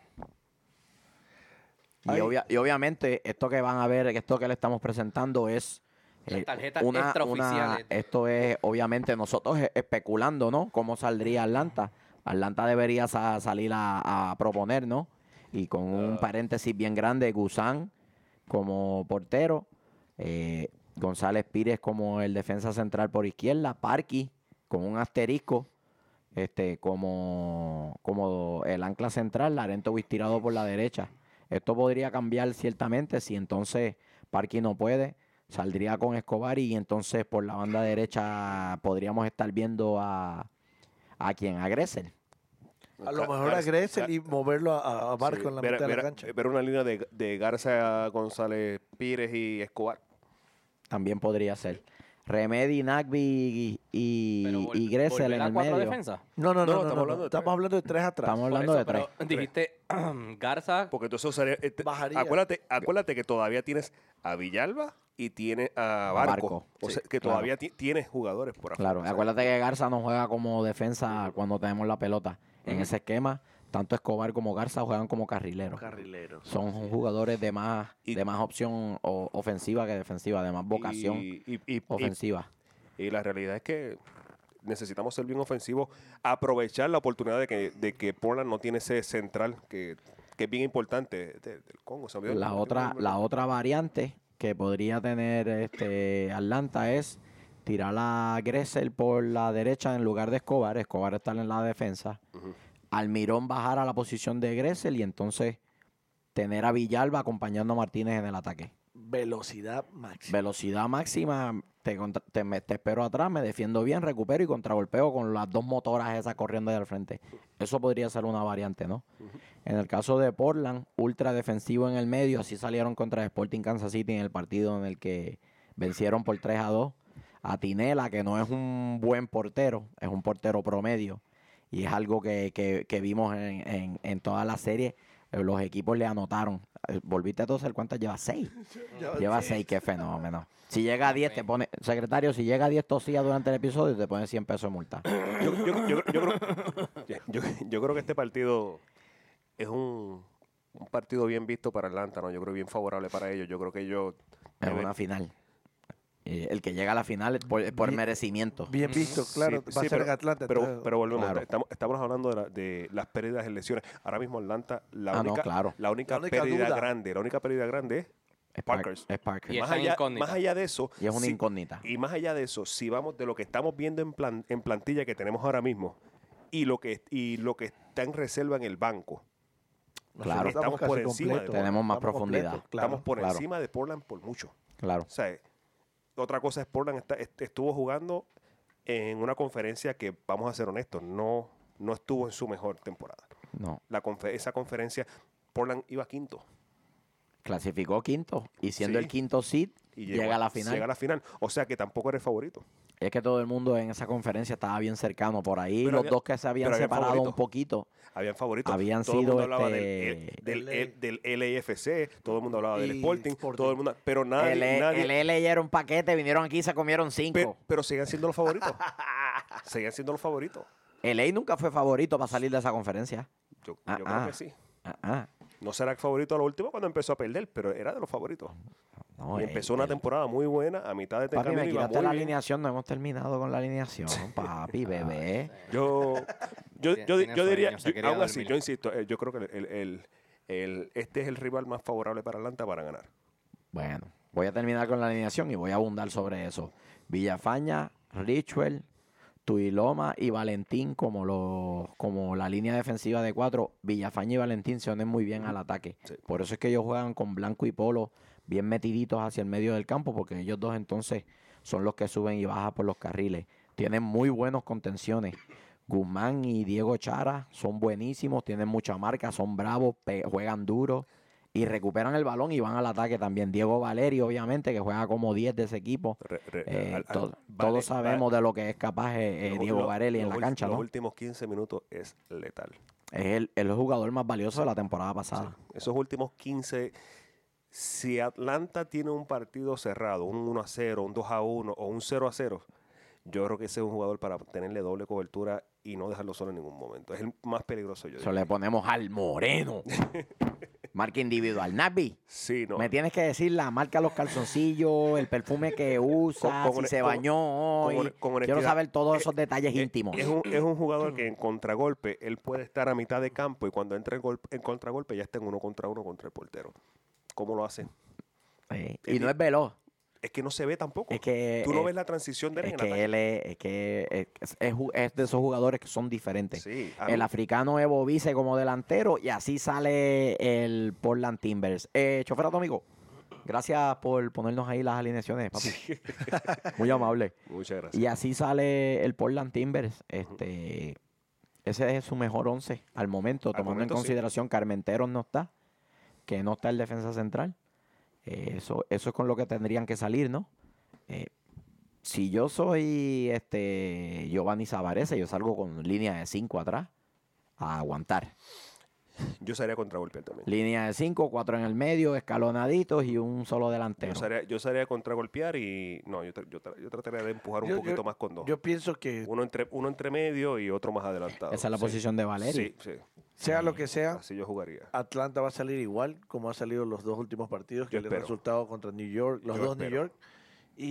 S1: Y,
S2: Ahí.
S1: obvia- y obviamente esto que van a ver, esto que le estamos presentando es
S3: Las
S1: eh,
S3: tarjetas extraoficiales.
S1: esto es obviamente nosotros e- especulando, ¿no? Cómo saldría Atlanta. Atlanta debería sa- salir a, a proponer, ¿no? Y con
S3: Ah.
S1: un paréntesis bien grande, Gusán como portero, eh, González Pires como el defensa central por izquierda, Parky con un asterisco este, como, como el ancla central, Larentovic tirado por la derecha. Esto podría cambiar ciertamente si entonces Parky no puede, saldría con Escobar y entonces por la banda derecha podríamos estar viendo a, a quien agresen.
S2: A lo mejor a Gressel y moverlo a, a Barco
S4: Sí, eh,
S2: en la
S4: ver-
S2: mitad de
S4: ver-
S2: la cancha.
S4: ver una línea de, de Garza, González, Pires y Escobar.
S1: También podría ser. Remedy, Nagby y,
S3: Pero
S1: y,
S3: vol-
S1: y Gressel
S3: volver
S1: en
S3: a
S1: el
S3: cuatro
S1: medio.
S3: defensas.
S2: No, no, no,
S4: No,
S2: no,
S4: estamos
S2: no, no.
S4: hablando de
S2: Estamos
S4: tres.
S2: hablando de tres atrás.
S1: Estamos
S3: Por
S1: hablando
S3: eso,
S1: de tres.
S3: pero dijiste Garza,
S4: Porque entonces usaría- este-
S2: Bajaría.
S4: Acuérdate, acuérdate que todavía tienes a Villalba y tienes a
S1: A
S4: Barco.
S1: Barco.
S4: O
S1: Sí,
S4: sea, que
S1: claro.
S4: todavía ti- tienes jugadores por afuera.
S1: Claro,
S4: O sea,
S1: acuérdate que Garza no juega como defensa cuando tenemos la pelota. En
S4: Ujú.
S1: ese esquema, tanto Escobar como Garza juegan como carrileros.
S2: Carrilero.
S1: Son jugadores de más,
S4: Y-
S1: de más opción o- ofensiva que defensiva, de más vocación
S4: Y, y- y- y-
S1: ofensiva.
S4: y la realidad es que necesitamos ser bien ofensivos, aprovechar la oportunidad de que, de que Portland no tiene ese central que, que es bien importante de- del Congo. se me olvidó el
S1: La
S4: nombre,
S1: otra,
S4: no me
S1: la
S4: acuerdo.
S1: otra variante que podría tener este Atlanta es tirar a Gressel por la derecha en lugar de Escobar. Escobar estar en la defensa.
S4: Ujú.
S1: Almirón bajar a la posición de Gressel y entonces tener a Villalba acompañando a Martínez en el ataque.
S2: Velocidad máxima.
S1: Velocidad máxima, te, contra- te, me- te espero atrás, me defiendo bien, recupero y contragolpeo con las dos motoras esas corriendo del frente. Eso podría ser una variante, ¿no? En el caso de Portland, ultra defensivo en el medio, así salieron contra Sporting Kansas City en el partido en el que vencieron por 3 a 2 a Tinela, que no es un buen portero, es un portero promedio. Y es algo que, que- que vimos en, en, en toda la serie. Eh, Los equipos le anotaron. Eh, Volviste a toser, ¿cuántas lleva? Seis. Lleva seis, qué fenómeno. Si llega a 10, te pone. Secretario, si llega a 10 tosías durante el episodio, te pone 100 pesos de multa.
S4: Yo, yo- yo- yo creo, yo- yo creo que este partido es un, un partido bien visto para Atlanta, ¿no? Yo creo bien favorable para ellos. Yo creo que ellos
S1: Es
S4: deben-
S1: una final. Eh, el que llega a la final es por, es por
S2: Bien-
S1: merecimiento.
S2: Bien visto, claro.
S4: Sí,
S2: va
S4: sí,
S2: a ser
S4: pero-
S2: en Atlanta.
S4: Pero,
S2: entonces-
S4: pero volvemos,
S1: Claro.
S4: estamos, estamos hablando de, la- de las pérdidas en lesiones. Ahora mismo Atlanta, la,
S1: Ah, no,
S4: única,
S1: claro.
S4: la, única
S2: La única
S4: pérdida
S2: duda.
S4: grande, la única pérdida grande es
S1: Es
S4: Parkers.
S1: Es Parker.
S3: Y
S1: Y,
S3: es-
S1: es,
S4: más
S3: esa
S4: allá,
S3: incógnita.
S4: más allá de eso.
S1: una
S4: sí-
S1: incógnita.
S4: Y más allá de eso, si vamos de lo que estamos viendo en, plan, en plantilla que tenemos ahora mismo y lo que, y lo que está en reserva en el banco,
S2: Nosotros
S1: claro.
S4: Estamos por
S2: casi
S4: encima de
S2: completos,
S1: todo. Tenemos más
S2: estamos
S1: profundidad.
S2: completos, claro.
S4: estamos por
S1: claro.
S4: encima de Portland por mucho.
S1: Claro.
S4: O sea, eh, otra cosa es Portland está- est- estuvo jugando en una conferencia que, vamos a ser honestos, no, no estuvo en su mejor temporada.
S1: No.
S4: La confe- esa conferencia, Portland iba quinto.
S1: Clasificó quinto. Y siendo
S4: Sí.
S1: el quinto seed,
S4: Y
S1: llega, a la final.
S4: Llega a la final. O sea que tampoco era el favorito.
S1: Es que todo el mundo en esa conferencia estaba bien cercano. Por ahí
S4: Pero
S1: los
S4: había-
S1: dos que se habían
S4: pero había
S1: separado
S4: favoritos.
S1: un poquito.
S4: Habían favoritos.
S1: Habían
S4: todo el
S1: sido,
S4: mundo hablaba
S1: este,
S4: del, E,
S2: LA.
S4: del, del LAFC, todo el mundo hablaba del
S2: Y
S4: Sporting,
S2: Sporting.
S4: todo el mundo. Pero nadie.
S1: el, E-
S4: nadie-
S1: el L ya era un paquete, vinieron aquí y se comieron
S4: pe-
S1: cinco.
S4: pero, seguían siendo los favoritos. seguían siendo los favoritos.
S1: el A E nunca fue favorito para salir de esa conferencia.
S4: Yo,
S1: Ah,
S4: yo
S1: ah.
S4: creo que sí.
S1: Ah, ah.
S4: No será el favorito a lo último cuando empezó a perder, pero era de los favoritos.
S1: No,
S4: Y
S1: el-
S4: empezó una
S1: el-
S4: temporada muy buena, a mitad de
S1: Papi,
S4: camino
S1: me
S4: iba
S1: quitaste
S4: muy
S1: la
S4: bien.
S1: alineación, no hemos terminado con la alineación,
S4: Ah,
S1: papi, bebé.
S4: Yo, yo,
S3: Tiene-
S4: yo, di-
S3: tiene
S4: yo diría,
S3: sueño, se
S4: yo-
S3: quería
S4: aún así,
S3: dormir.
S4: yo insisto, eh, yo creo que el- el- el- el- este es el rival más favorable para Atlanta para ganar.
S1: Bueno, voy a terminar con la alineación y voy a abundar sobre eso. Villafaña, Richwell, Tuiloma y Valentín como los como la línea defensiva de cuatro. Villafaña y Valentín se unen muy bien al ataque.
S4: Sí.
S1: Por eso es que ellos juegan con Blanco y Polo bien metiditos hacia el medio del campo porque ellos dos entonces son los que suben y bajan por los carriles. Tienen muy buenos contenciones. Guzmán y Diego Chara son buenísimos, tienen mucha marca, son bravos, pe- juegan duro y recuperan el balón y van al ataque también. Diego Valerio, obviamente, que juega como 10 de ese equipo.
S4: Re- re-
S1: Eh,
S4: al- al-
S1: to-
S4: vale-
S1: todos sabemos de lo que es capaz eh, eh,
S4: Lo-
S1: Diego
S4: lo-
S1: Varelli en
S4: los
S1: la
S4: ul-
S1: cancha,
S4: Los
S1: ¿no?
S4: últimos 15 minutos es letal.
S1: Es el, el jugador más valioso de la temporada pasada.
S4: Esos últimos 15, si Atlanta tiene un partido cerrado, un 1 a 0, un 2 a 1 o un 0 a 0, yo creo que ese es un jugador para tenerle doble cobertura y no dejarlo solo en ningún momento. Es el más peligroso, yo
S1: Se
S4: diría.
S1: le ponemos al Moreno. Marca individual. Napi,
S4: Sí, no.
S1: me tienes que decir la marca de los calzoncillos, el perfume que usa,
S4: Con- con
S1: si
S4: hone-
S1: se
S4: con-
S1: bañó
S4: con
S1: hoy.
S4: hone- con
S1: Quiero
S4: honestidad.
S1: saber todos esos detalles
S4: Eh,
S1: íntimos.
S4: Es un, es un jugador
S1: Mm.
S4: que en contragolpe, él puede estar a mitad de campo y cuando entra el, golpe, el contragolpe ya está en uno contra uno contra el portero. ¿Cómo lo hace?
S1: Eh, y no es veloz.
S4: Es que no se ve tampoco.
S1: Es que,
S4: Tú no
S1: eh,
S4: ves la transición de él
S1: Es
S4: en
S1: que
S4: ataque.
S1: él es, es que es, es ju- es de esos jugadores que son diferentes.
S4: Sí, a
S1: El
S4: mí-
S1: africano es Bobice como delantero y así sale el Portland Timbers. Eh, chofer atómico, gracias por ponernos ahí las alineaciones, papi. Muy amable.
S4: Muchas gracias.
S1: Y así sale el Portland Timbers. Este, ese es su mejor once al momento,
S4: Al
S1: tomando
S4: momento,
S1: en
S4: sí.
S1: consideración que Armenteros no está, que no está el defensa central. Eh, eso, eso es con lo que tendrían que salir, ¿no? Eh, si yo soy este Giovanni Savarese, yo salgo con línea de 5 atrás a aguantar.
S4: Yo sería contragolpe también.
S1: Línea de 5, 4 en el medio, escalonaditos y un solo delantero.
S4: Yo sería, yo sería contragolpear y no, yo, tra- yo, tra- yo trataría de empujar un
S2: Yo- yo-
S4: poquito más con dos.
S2: Yo pienso que,
S4: uno, entre, uno entre medio y otro más adelantado.
S1: Esa es la
S4: Sí.
S1: posición de Valerio.
S4: Sí, sí.
S2: sea lo que sea,
S4: Así yo jugaría.
S2: Atlanta va a salir igual como ha salido los dos últimos partidos, que
S4: Yo
S2: el
S4: espero.
S2: resultado contra New York, los
S4: Yo
S2: dos New
S4: espero.
S2: York.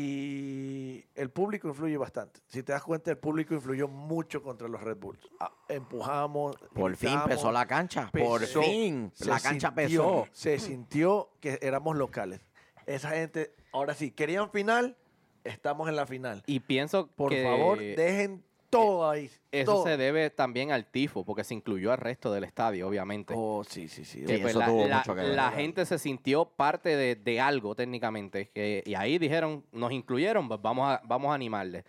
S2: Y el público influye bastante. Si te das cuenta, el público influyó mucho contra los Red Bulls. Ah, Empujamos.
S1: Por fin
S2: gritamos,
S1: pesó la cancha. Por
S2: pesó,
S1: fin.
S2: se
S1: La cancha
S2: sintió,
S1: pesó.
S2: Se sintió que éramos locales. Esa gente, ahora sí, querían final, estamos en la final.
S3: Y pienso
S2: Por
S3: que
S2: favor, dejen todo ahí.
S3: eso
S2: todo.
S3: se debe también al tifo, porque se incluyó al resto del estadio, obviamente.
S2: Oh, sí, sí, sí.
S1: Sí,
S3: Que, pues,
S1: eso
S3: la,
S1: tuvo
S3: la-
S1: mucho que ver.
S3: la gente se sintió parte de, de algo técnicamente. que- y ahí dijeron, nos incluyeron, pues vamos a, vamos a animarles.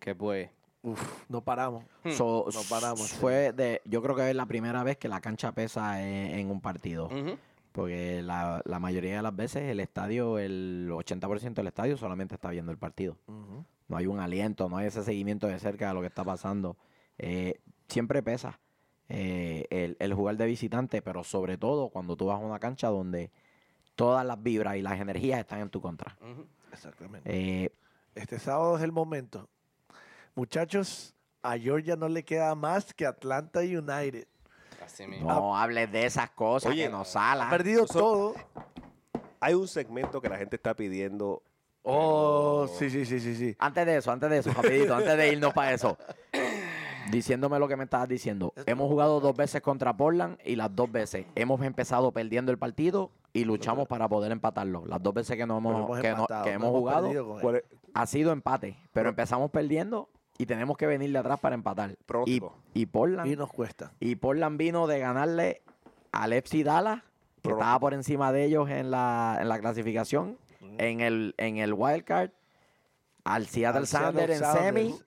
S3: Que pues,
S2: Uf, no paramos.
S1: So,
S2: No paramos, sí.
S1: Fue de, yo creo que es la primera vez que la cancha pesa e, en, en un partido.
S3: ujú,
S1: Porque la, la mayoría de las veces el estadio, el 80% del estadio solamente está viendo el partido.
S2: Ujú.
S1: No hay un aliento, no hay ese seguimiento de cerca de lo que está pasando. Eh, siempre pesa eh, el, el jugar de visitante, pero sobre todo cuando tú vas a una cancha donde todas las vibras y las energías están en tu contra.
S3: ujú.
S2: Exactamente.
S1: Eh,
S2: Este sábado es el momento. Muchachos, a Georgia no le queda más que Atlanta United.
S3: Así mismo.
S1: no hables de esas cosas
S4: Oye,
S1: que nos salan.
S2: Ha perdido todo.
S4: Hay un segmento que la gente está pidiendo
S2: Oh, sí, sí, sí, sí, sí.
S1: Antes de eso, antes de eso, rapidito, antes de irnos para eso. Diciéndome lo que me estabas diciendo. Hemos jugado dos veces contra Portland y las dos veces hemos empezado perdiendo el partido y luchamos para poder empatarlo. Las dos veces que, no hemos,
S2: Pero hemos
S1: que, no-
S2: empatado,
S1: que
S2: no
S1: hemos
S2: hemos
S1: jugado
S2: perdido con él.
S4: ¿Cuál es?
S1: ha sido empate, pero empezamos perdiendo y tenemos que venir de atrás para empatar. Y,
S4: Pronóstico.
S1: y Portland
S2: Y nos cuesta.
S1: y Portland vino de ganarle al FC Dallas, que
S4: Pro-
S1: estaba por encima de ellos en la, en la clasificación, en el, en el wild card, al Seattle
S2: Al
S1: Sanders
S2: Seattle
S1: en semi
S2: Sounders.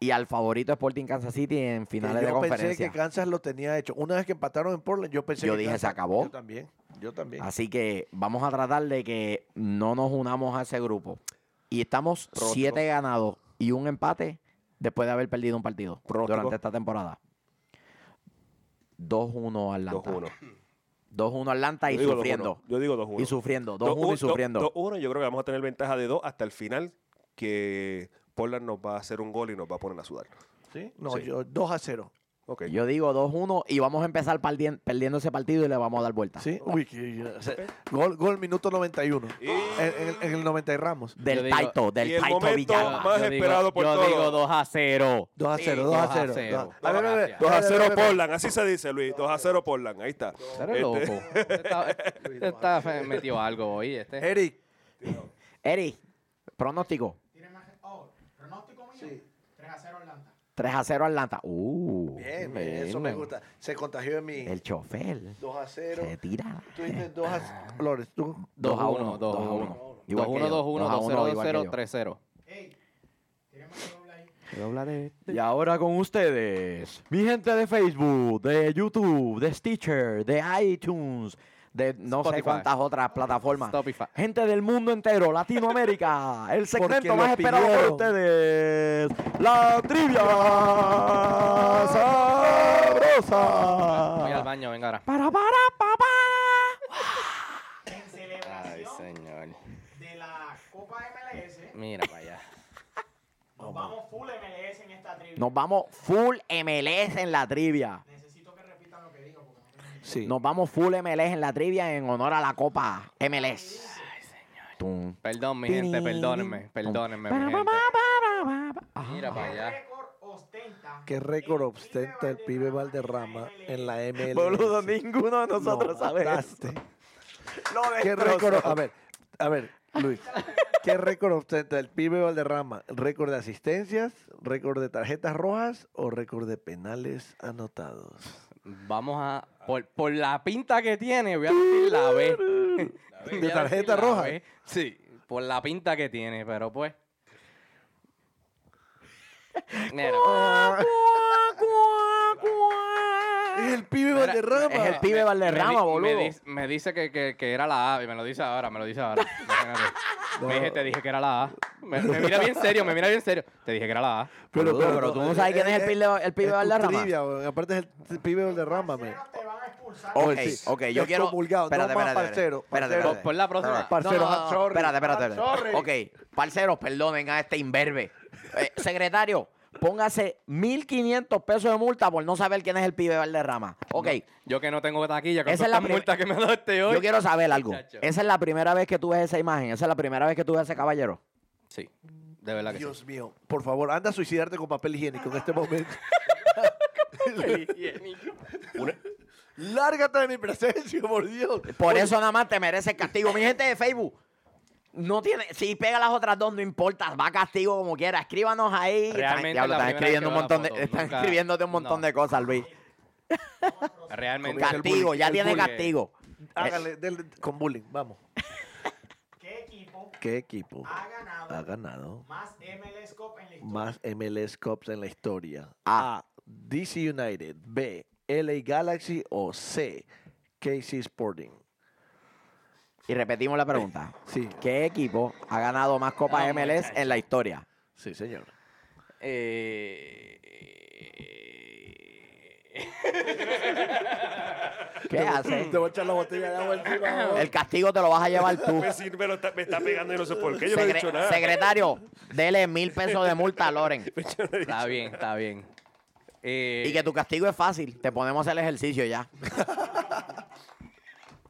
S1: y al favorito Sporting Kansas City en
S2: Que
S1: finales de
S2: yo pensé que
S1: conferencia.
S2: Kansas lo tenía hecho. Una vez que empataron en Portland, yo pensé
S1: Yo
S2: que
S1: dije,
S2: Kansas-
S1: se acabó.
S2: Yo también. Yo también.
S1: Así que vamos a tratar de que no nos unamos a ese grupo. Y estamos
S4: Pronto.
S1: siete ganados y un empate después de haber perdido un partido
S4: Pronto.
S1: durante esta temporada. 2-1 Atlanta.
S4: 2-1.
S1: 2-1 Atlanta y
S4: Yo digo 2-1.
S1: sufriendo.
S4: Yo digo 2-1.
S1: Y sufriendo, 2-1 y
S4: 2-1,
S1: sufriendo.
S4: 2-1, yo creo que vamos a tener ventaja de 2 hasta el final, que Portland nos va a hacer un gol y nos va a poner a sudar.
S2: ¿Sí? No,
S4: Sí.
S2: yo 2 a 0.
S4: Ok.
S1: Yo digo 2-1 y vamos a empezar pardien- perdiendo ese partido y le vamos a dar vuelta.
S2: ¿Sí? Uy, que- o sea, gol, gol minuto 91.
S4: Y-
S2: En, en- en el 90 y Ramos.
S1: Del
S3: Yo digo-
S1: Taito,
S4: y
S1: del
S4: el
S1: Taito
S4: momento
S1: Villalba.
S4: más
S3: yo digo-
S4: esperado por
S3: Yo
S4: todos.
S3: digo 2 a 0.
S2: 2 a
S3: Sí,
S2: 0, 2
S3: 2
S2: a 0.
S3: cero.
S2: A ver, a ver, a ver.
S4: 2 a 0
S2: a ver, a ver.
S4: Portland, así se dice Luis, 2 a 0 Portland, ahí está. Este,
S3: Eres loco. Usted está, usted está Este fe- metido algo hoy.
S1: Eh,
S3: Este.
S2: Eric,
S1: Eri, pronóstico.
S5: Tiene más. Oh, pronóstico mío. 3 a 0 Atlanta.
S1: 3-0 Atlanta. Uh,
S2: Bien, bien, eso me
S1: bien.
S2: gusta. Se contagió en mí.
S1: El chofer
S2: 2 a 0.
S1: se tira.
S2: Tú dices 2 a 0. Flores, tú.
S1: 2 a 1,
S3: 2-1,
S1: 2 a 1.
S3: 2-1. 2-1, 2-1, 2-0, 2-0,
S5: Ey, tiene más doble ahí.
S1: 3-0. Y ahora con ustedes, mi gente de Facebook, de YouTube, de Stitcher, de iTunes, de no sé
S3: Spotify.
S1: cuántas otras
S3: 3-0.
S1: plataformas.
S3: Stopify.
S1: Gente del mundo entero, Latinoamérica, el
S2: Porque
S1: segmento
S2: lo
S1: más esperado por
S2: pidieron.
S1: ustedes, la trivia sabrosa.
S3: Voy al baño, venga ahora.
S1: Para, para, papá.
S5: En celebración
S3: señor.
S5: de la Copa MLS,
S3: Mira para allá.
S5: nos vamos full MLS en esta trivia.
S1: Nos vamos full MLS en la trivia.
S5: Necesito que repitan lo que digo porque no tengo-
S2: Sí.
S1: Nos vamos full MLS en la trivia en honor a la Copa MLS. Tum,
S3: Perdón, mi gente, perdónenme,
S1: tum.
S3: perdónenme, mi
S1: Para,
S3: gente.
S1: para, para, para. Ah,
S3: Mira para
S5: ¿Qué
S3: allá.
S5: récord ostenta?
S2: ¿Qué récord ostenta el pibe Valderrama en la MLS?
S1: Boludo, ninguno de
S2: Lo
S1: nosotros sabe eso.
S2: mataste.
S1: Lo
S2: ¿Qué
S4: este,
S1: destrozó.
S2: récord? A ver, a ver, Luis. ¿Qué récord ostenta el pibe Valderrama? ¿Récord de asistencias? ¿Récord de tarjetas rojas? ¿O récord de penales anotados?
S3: Vamos a. Por, por la pinta que tiene, voy a decir la B. Voy a decir
S2: tarjeta
S3: la
S2: roja?
S3: B. Sí, por la pinta que tiene, pero pues. Mira,
S1: Ah. Ah.
S2: ¡Es el pibe
S3: mira,
S2: Valderrama!
S1: es el pibe Valderrama,
S3: me di-
S1: boludo.
S3: Me, dice- me dice que, que- que era la A, y me lo dice ahora, me lo dice ahora. Imagínate.
S2: No.
S3: Me dije, te dije que era la A. Me, me mira bien serio, me mira bien serio. Te dije que era la A.
S1: Boludo, pero tú no sabes quién es el pibe- el pibe
S2: es tu
S1: Valderrama.
S2: trivia, weón. Aparte es el pibe Valderrama, man.
S5: Parceros, te van a expulsar.
S1: Ok,
S2: Sí.
S1: ok, yo quiero.
S2: Excomulgado. No
S1: Espérate,
S2: más
S1: espérate,
S2: parcero,
S1: espérate,
S2: parcero.
S1: espérate.
S3: Por la próxima.
S2: Parceros, I'm sorry.
S1: Espérate, espérate,
S3: Ah,
S2: I'm
S1: espérate. Ok, parceros, perdonen a este imberbe. Eh, secretario, póngase 1.500 pesos de multa por no saber quién es el pibe Valderrama. Ok,
S3: Yo que no tengo taquilla, con
S1: Esa es
S3: todas
S1: la
S3: las
S1: prim-
S3: multas que me daste hoy.
S1: yo quiero saber algo.
S3: Muchacho.
S1: Esa es la primera vez que tú ves esa imagen, esa es la primera vez que tú ves a ese caballero.
S3: Sí, de verdad que
S2: Dios mío, por favor, anda a suicidarte con papel higiénico en este momento.
S3: sí.
S2: Lárgate de mi presencia, por Dios.
S1: Por eso nada más te mereces castigo. Mi gente de Facebook. No tiene, si pega las otras dos, no importa, va castigo como quiera. Escríbanos ahí.
S3: Realmente
S1: Diablo,
S3: es la
S1: están
S3: primera
S1: escribiendo
S3: vez
S1: un montón
S3: que veo la
S1: de,
S3: foto.
S1: están
S3: Nunca-
S1: escribiéndote un montón
S3: no.
S1: de cosas, Luis.
S3: Realmente.
S2: Comienza el
S1: Castigo,
S2: bullying,
S1: ya
S2: el
S1: tiene
S2: bullying.
S1: castigo.
S2: Hágale, del- con bullying, vamos.
S5: ¿Qué equipo
S2: ¿Qué equipo
S5: ha ganado,
S2: ha ganado
S5: más MLS Cup en la historia?
S2: más MLS Cups en la historia? A.
S1: Ah.
S2: DC United. B. LA Galaxy. O C. KC Sporting.
S1: Y repetimos la pregunta.
S2: Sí,
S1: ¿Qué equipo ha ganado más Copas MLS en la historia?
S2: sí, señor.
S3: Eh,
S1: ¿Qué hace?
S2: voy a echar la botella de agua encima.
S1: El castigo te lo vas a llevar tú.
S4: Pues sí, me, lo está, me está pegando y no sé por qué, yo no he
S1: Segre-
S4: dicho nada.
S1: secretario, dele mil pesos de multa a Loren.
S3: Está bien, está bien. Eh,
S1: Y que tu castigo es fácil. Te ponemos el ejercicio ya.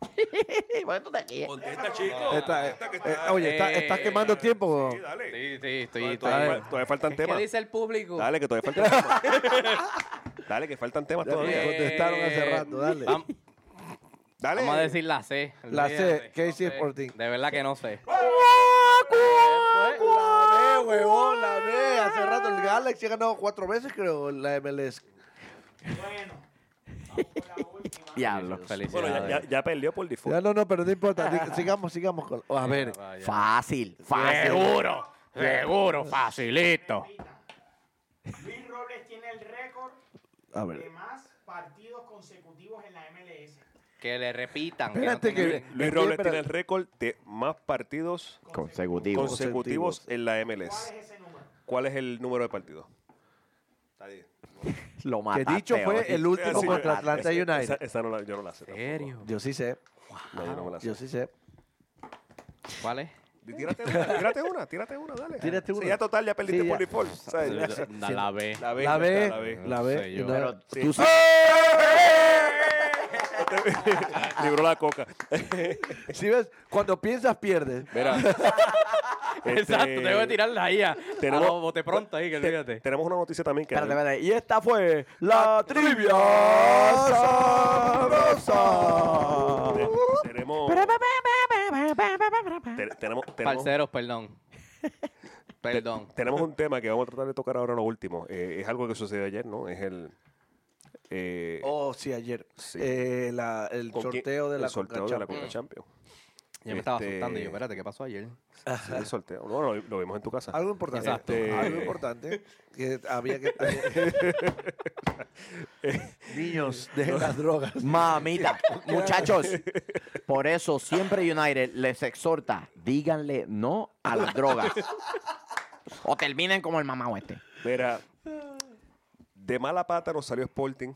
S1: ¿Por qué tú te ríes?
S4: Contesta, Este chico.
S2: Esta-
S4: Contesta que
S2: eh,
S4: está-
S2: oye, está-
S3: Eh,
S2: estás quemando tiempo.
S4: Sí, dale.
S3: Sí, sí, estoy.
S4: Todavía-
S3: estoy-
S4: todavía, todavía faltan
S3: ¿Qué
S4: temas.
S3: dice el público?
S4: Dale, que todavía faltan temas. Dale, que faltan temas
S2: Ya
S4: todavía.
S2: me contestaron hace rato, dale.
S3: Eh, vam-
S4: Dale.
S3: Vamos a decir la C.
S2: La C,
S3: olvídate,
S2: ¿qué
S3: no
S2: dice
S3: sé.
S2: Sporting?
S3: De verdad que no sé.
S2: Pues, La B, huevón, la B. Hace rato el Galaxy ha ganado cuatro veces, creo, la MLS.
S5: Bueno, vamos con la última.
S1: Diablo.
S4: Bueno, ya, ya- ya perdió por
S2: Ya
S4: default.
S2: no, no, pero no importa. Dig- Sigamos, sigamos con. A ver.
S4: Ah,
S1: Fácil, fácil.
S3: seguro, facilito.
S5: Luis Robles tiene el récord
S2: A
S5: de
S2: ver.
S5: más partidos consecutivos en la MLS.
S3: Que le repitan.
S2: Espérate
S3: tenga-
S2: que-
S4: Luis Robles tiene el récord de más partidos
S1: Consecutivo.
S4: consecutivos en la
S5: ¿Cuál
S4: MLS.
S5: es ese número?
S4: ¿Cuál es el número de partidos?
S1: Lo
S2: Que
S1: mataste.
S2: dicho
S1: hoy.
S2: fue el último
S4: Sí,
S2: contra
S4: esa-
S2: Atlanta
S4: esa-
S2: United.
S4: esa no la- yo no la sé.
S3: ¿En
S4: tampoco.
S3: serio?
S2: Yo sí sé.
S4: No, yo no me la sé.
S2: Yo sí sé.
S3: ¿Cuál es?
S4: Tírate una, tírate una, tírate una, dale.
S2: Tírate
S4: Sí,
S2: una.
S4: ya total, ya perdiste
S2: Sí,
S4: por
S2: ya.
S4: default. ¿sabes? Ya-
S3: Da la B.
S4: La B.
S2: La
S4: ya
S2: B.
S4: está, la B.
S2: La
S3: No
S2: B.
S3: sé
S2: y
S3: yo.
S2: no-
S1: Pero
S4: Sí.
S1: tú sí-
S4: Libró la coca.
S2: Si ves, cuando piensas, pierdes.
S4: Mira.
S3: Exacto, te voy a tirar la IA.
S4: Este, tenemos-
S3: Tenemos, bote pronto ahí, que olvídate.
S4: Tenemos una noticia también que.
S1: Espérate, espérate. Y esta fue
S2: La
S1: la
S2: trivia
S1: trivia
S2: sabrosa.
S1: sabrosa.
S4: Te- Tenemos. te- Tenemos. tenemos-
S3: Parceros, perdón. Perdón.
S4: Tenemos un tema que vamos a tratar de tocar ahora lo último. Eh, es algo que sucedió ayer, ¿no? Es el. eh,
S2: Oh, sí, ayer.
S4: Sí.
S2: Eh, la- el
S4: con quién-
S2: sorteo de la
S4: el sorteo de la Coca
S2: Concachampions.
S4: Champions.
S3: Yo me estaba
S4: Este-
S3: asustando y yo, espérate, ¿qué pasó ayer?
S4: Sí, el sorteo. No, no, lo vimos en tu casa.
S2: Algo importante.
S3: Exacto.
S2: Algo
S4: Eh,
S2: importante que había que.
S4: Eh,
S2: Niños, dejen las drogas.
S1: Mamita, muchachos, por eso siempre United les exhorta, díganle no a las drogas. O terminen como el mamá este.
S4: Mira, de mala pata nos salió Sporting.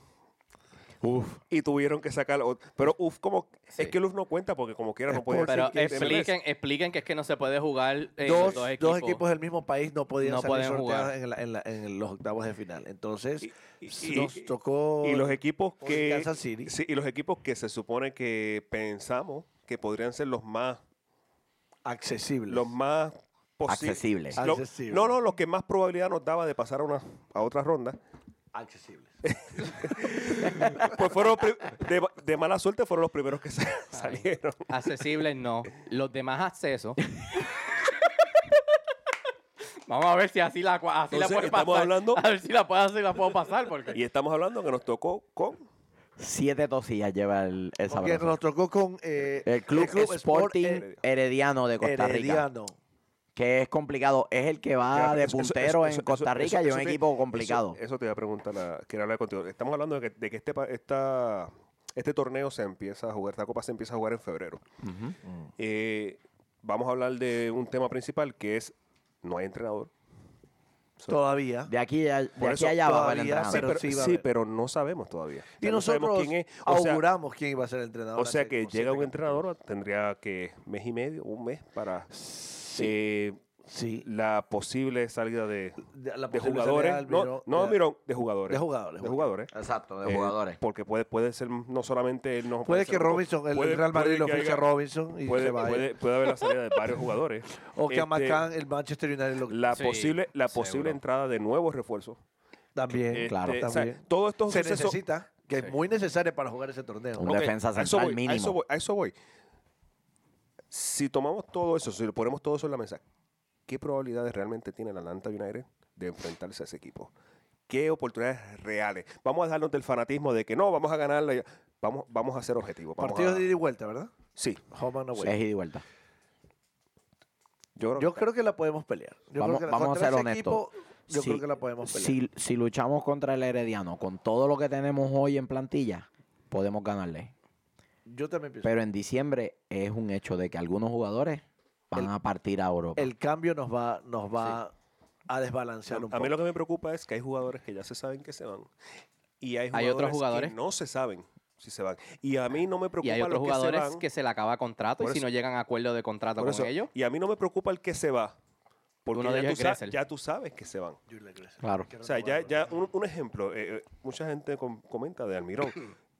S4: Uf. Y tuvieron que sacar. ot- Pero uf, como.
S3: Sí.
S4: Es que el uf no cucuenta porque como quiera no puede
S3: Pero
S4: decir Pues, que-
S3: expliquen, expliquen que es que no se puede jugar eh,
S2: dos,
S3: dos,
S2: dos equipos.
S3: equipos.
S2: del mismo país no podían
S3: No
S2: salir
S3: pueden
S2: sorteados
S3: jugar.
S2: en, la- en la- en los octavos de final. Entonces,
S4: Y- y-
S2: nos tocó.
S4: y los equipos
S2: con
S4: que.
S2: Kansas City.
S4: Sí, y los equipos que se supone que pensamos que podrían ser los más.
S2: accesibles.
S4: Los más posibles.
S1: Accesibles.
S2: Accesibles.
S4: No, no, los que más probabilidad nos daba de pasar a, una, a otra ronda.
S2: accesibles.
S4: Pues fueron los pri- de, de mala suerte fueron los primeros que sa- salieron.
S3: Accesibles no. Los demás accesos. Vamos a ver si así la, cua- así la
S4: Entonces,
S3: puede
S4: estamos
S3: pasar.
S4: hablando-
S3: A ver si la, puedo, así la puedo pasar. Porque...
S4: Y estamos hablando que nos tocó con
S1: Siete tosillas lleva el, el
S2: Porque
S1: sabroso.
S2: nos tocó con eh,
S1: El Club,
S2: Sport
S1: Sporting
S4: eh,
S2: Her-
S1: Herediano de Costa Rica.
S2: Herediano.
S1: Que es complicado. Es el que va
S4: Ya,
S1: de
S4: eso- eso-
S1: puntero
S4: eso-
S1: en
S4: eso-
S1: Costa
S4: eso-
S1: Rica
S4: eso-
S1: y es un
S4: eso te-
S1: equipo
S4: eso- eh,
S1: complicado.
S4: Eso, te iba a preguntar, la- quiero hablar contigo. Estamos hablando de que, de que este, pa- esta, este torneo se empieza a jugar, esta copa se empieza a jugar en febrero. Eh, vamos a hablar de un tema principal que es, no hay entrenador.
S2: Todavía.
S1: De aquí a, de
S4: Por
S1: aquí
S4: eso
S1: allá va el
S2: todavía
S1: entrenador.
S2: sí, pero-
S4: pero,
S2: va a
S4: sí,
S2: haber.
S4: pero no sabemos todavía. O
S2: Y
S4: sea, no sabemos
S2: nosotros
S4: quién es. O sea,
S2: auguramos quién iba a ser el entrenador.
S4: O sea
S2: hace
S4: que
S2: como
S4: llega
S2: siete
S4: un entrenador, tendría que mes y medio, un mes para eh,
S2: capítulos. Sí.
S4: la posible salida de,
S2: De, la
S4: de
S2: posible
S4: jugadores.
S2: salida del
S4: no,
S2: Miró-
S4: no,
S2: de-
S4: Mirón, de jugadores.
S2: De jugadores,
S4: De
S2: bueno.
S4: jugadores.
S1: Exacto,
S4: Eh, porque puede, puede ser no solamente él, no
S2: Puede
S4: ser
S2: que
S4: un-
S2: Robinson, el,
S4: puede-
S2: el Real Madrid
S4: puede
S2: lo
S4: que
S2: fiche a
S4: haya-
S2: Robinson y
S4: Puede,
S2: se va a ir.
S4: puede- puede haber la salida de varios jugadores.
S2: O que
S4: Este,
S2: a Macán, el Manchester United lo-
S4: la
S3: Sí,
S4: posible, la
S3: seguro.
S4: posible entrada de nuevos refuerzos.
S2: también.
S4: Este,
S1: claro.
S4: o sea,
S2: También.
S4: todos estos
S2: se
S4: sucesos-
S2: necesita, que es
S3: Sí.
S2: muy necesario para jugar ese torneo.
S1: Un
S4: Ok,
S1: defensa
S4: a eso
S1: central
S4: voy, A eso
S1: mínimo.
S4: voy, a eso voy. Si tomamos todo eso, si lo ponemos todo eso en la mesa, ¿qué probabilidades realmente tiene el Atlanta United de enfrentarse a ese equipo? ¿Qué oportunidades reales? Vamos a dejarnos del fanatismo de que no, vamos a ganar. la- Vamos, vamos a ser objetivos. vamos
S2: Partidos
S4: a-
S2: de ida y vuelta, ¿verdad?
S4: Sí,
S2: Home and away.
S1: Es ida y vuelta.
S4: yo creo
S2: Yo
S4: que-
S2: creo que la podemos pelear. Yo
S1: Vamos-
S2: creo que la-
S1: vamos a
S2: contra
S1: ser
S2: ese
S1: honestos.
S2: equipo, yo
S1: Si-
S2: creo que la podemos pelear.
S1: Si, si luchamos contra el Herediano con todo lo que tenemos hoy en plantilla, podemos ganarle.
S2: Yo también pienso.
S1: Pero en diciembre es un hecho de que algunos jugadores van
S2: El-
S1: a partir a Europa.
S2: el cambio nos va, nos va a desbalancear un
S4: A
S2: poco.
S4: mí lo que me preocupa es que hay jugadores que ya se saben que se van. Y hay jugadores,
S3: Hay otros jugadores.
S4: que no se saben si se van. Y a mí no me preocupa
S3: Y hay otros
S4: los que se
S3: jugadores que
S4: van.
S3: se, le acaba contrato y
S4: Por
S3: si
S4: eso-
S3: no llegan a acuerdo de contrato
S4: Por
S3: con
S4: eso,
S3: ellos.
S4: Y a mí no me preocupa el que se va. Porque
S3: Uno de
S4: ya,
S3: ellos
S4: tú
S3: es
S4: sa-
S3: Gressel.
S4: ya tú sabes que se van.
S1: Claro.
S4: O sea, ya, ya un, un ejemplo. eh, eh, mucha gente com- comenta de Almirón.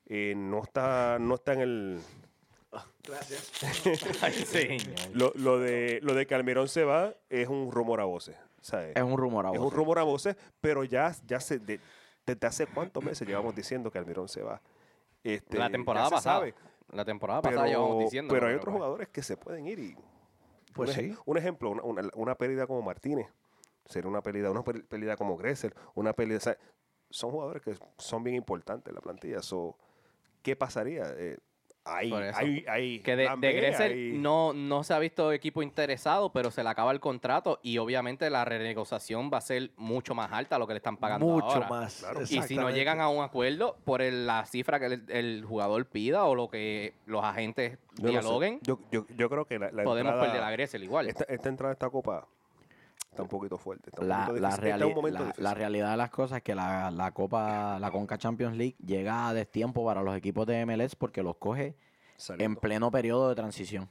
S4: eh, no, está, no está en el
S2: Gracias.
S3: Ay, sí.
S4: Lo, lo de, lo de que Almirón se va es un rumor a voces. ¿sabes?
S1: Es un rumor
S4: Es
S1: ahora.
S4: un rumor a voces, pero ya, ya se, de- desde hace cuántos meses llevamos diciendo que Almirón se va. Este,
S3: la
S4: ya
S3: temporada
S4: se
S3: pasada.
S4: sabe,
S3: La temporada
S4: pero,
S3: pasada llevamos diciendo. ¿no?
S4: pero
S3: pues.
S4: hay otros jugadores que se pueden ir y
S2: Pues
S4: un, ej-
S2: sí.
S4: un ejemplo, una, una- una pérdida como Martínez, sería una pérdida, una pér- pérdida como Gressel, una pérdida. o sea, son jugadores que son bien importantes en la plantilla. So, ¿Qué pasaría? Eh, hay,
S3: Por eso.
S4: hay, hay
S3: Que de,
S4: plan
S3: de
S4: B,
S3: Gressel
S4: hay-
S3: no, no se ha visto equipo interesado, pero se le acaba el contrato y obviamente la renegociación va a ser mucho más alta a lo que le están pagando
S2: Mucho
S3: ahora.
S2: más.
S4: Claro. Y
S3: Y si no
S2: exactamente.
S3: llegan a un acuerdo por el- la cifra que el, el jugador pida o lo que los agentes
S4: yo no sé.
S3: dialoguen,
S4: Yo, yo- yo creo que la, la
S3: podemos
S4: entrada-
S3: perder a Gressel igual.
S4: Esta, esta entrada a esta copa está un poquito fuerte. Está un
S1: La,
S4: poquito
S1: la
S4: difícil. Está
S1: reali-
S4: un momento
S1: la-
S4: difícil.
S1: la realidad de las cosas es que la, la Copa, la Conca Champions League llega a destiempo para los equipos de MLS porque los coge en
S4: Saliendo.
S1: pleno periodo de transición.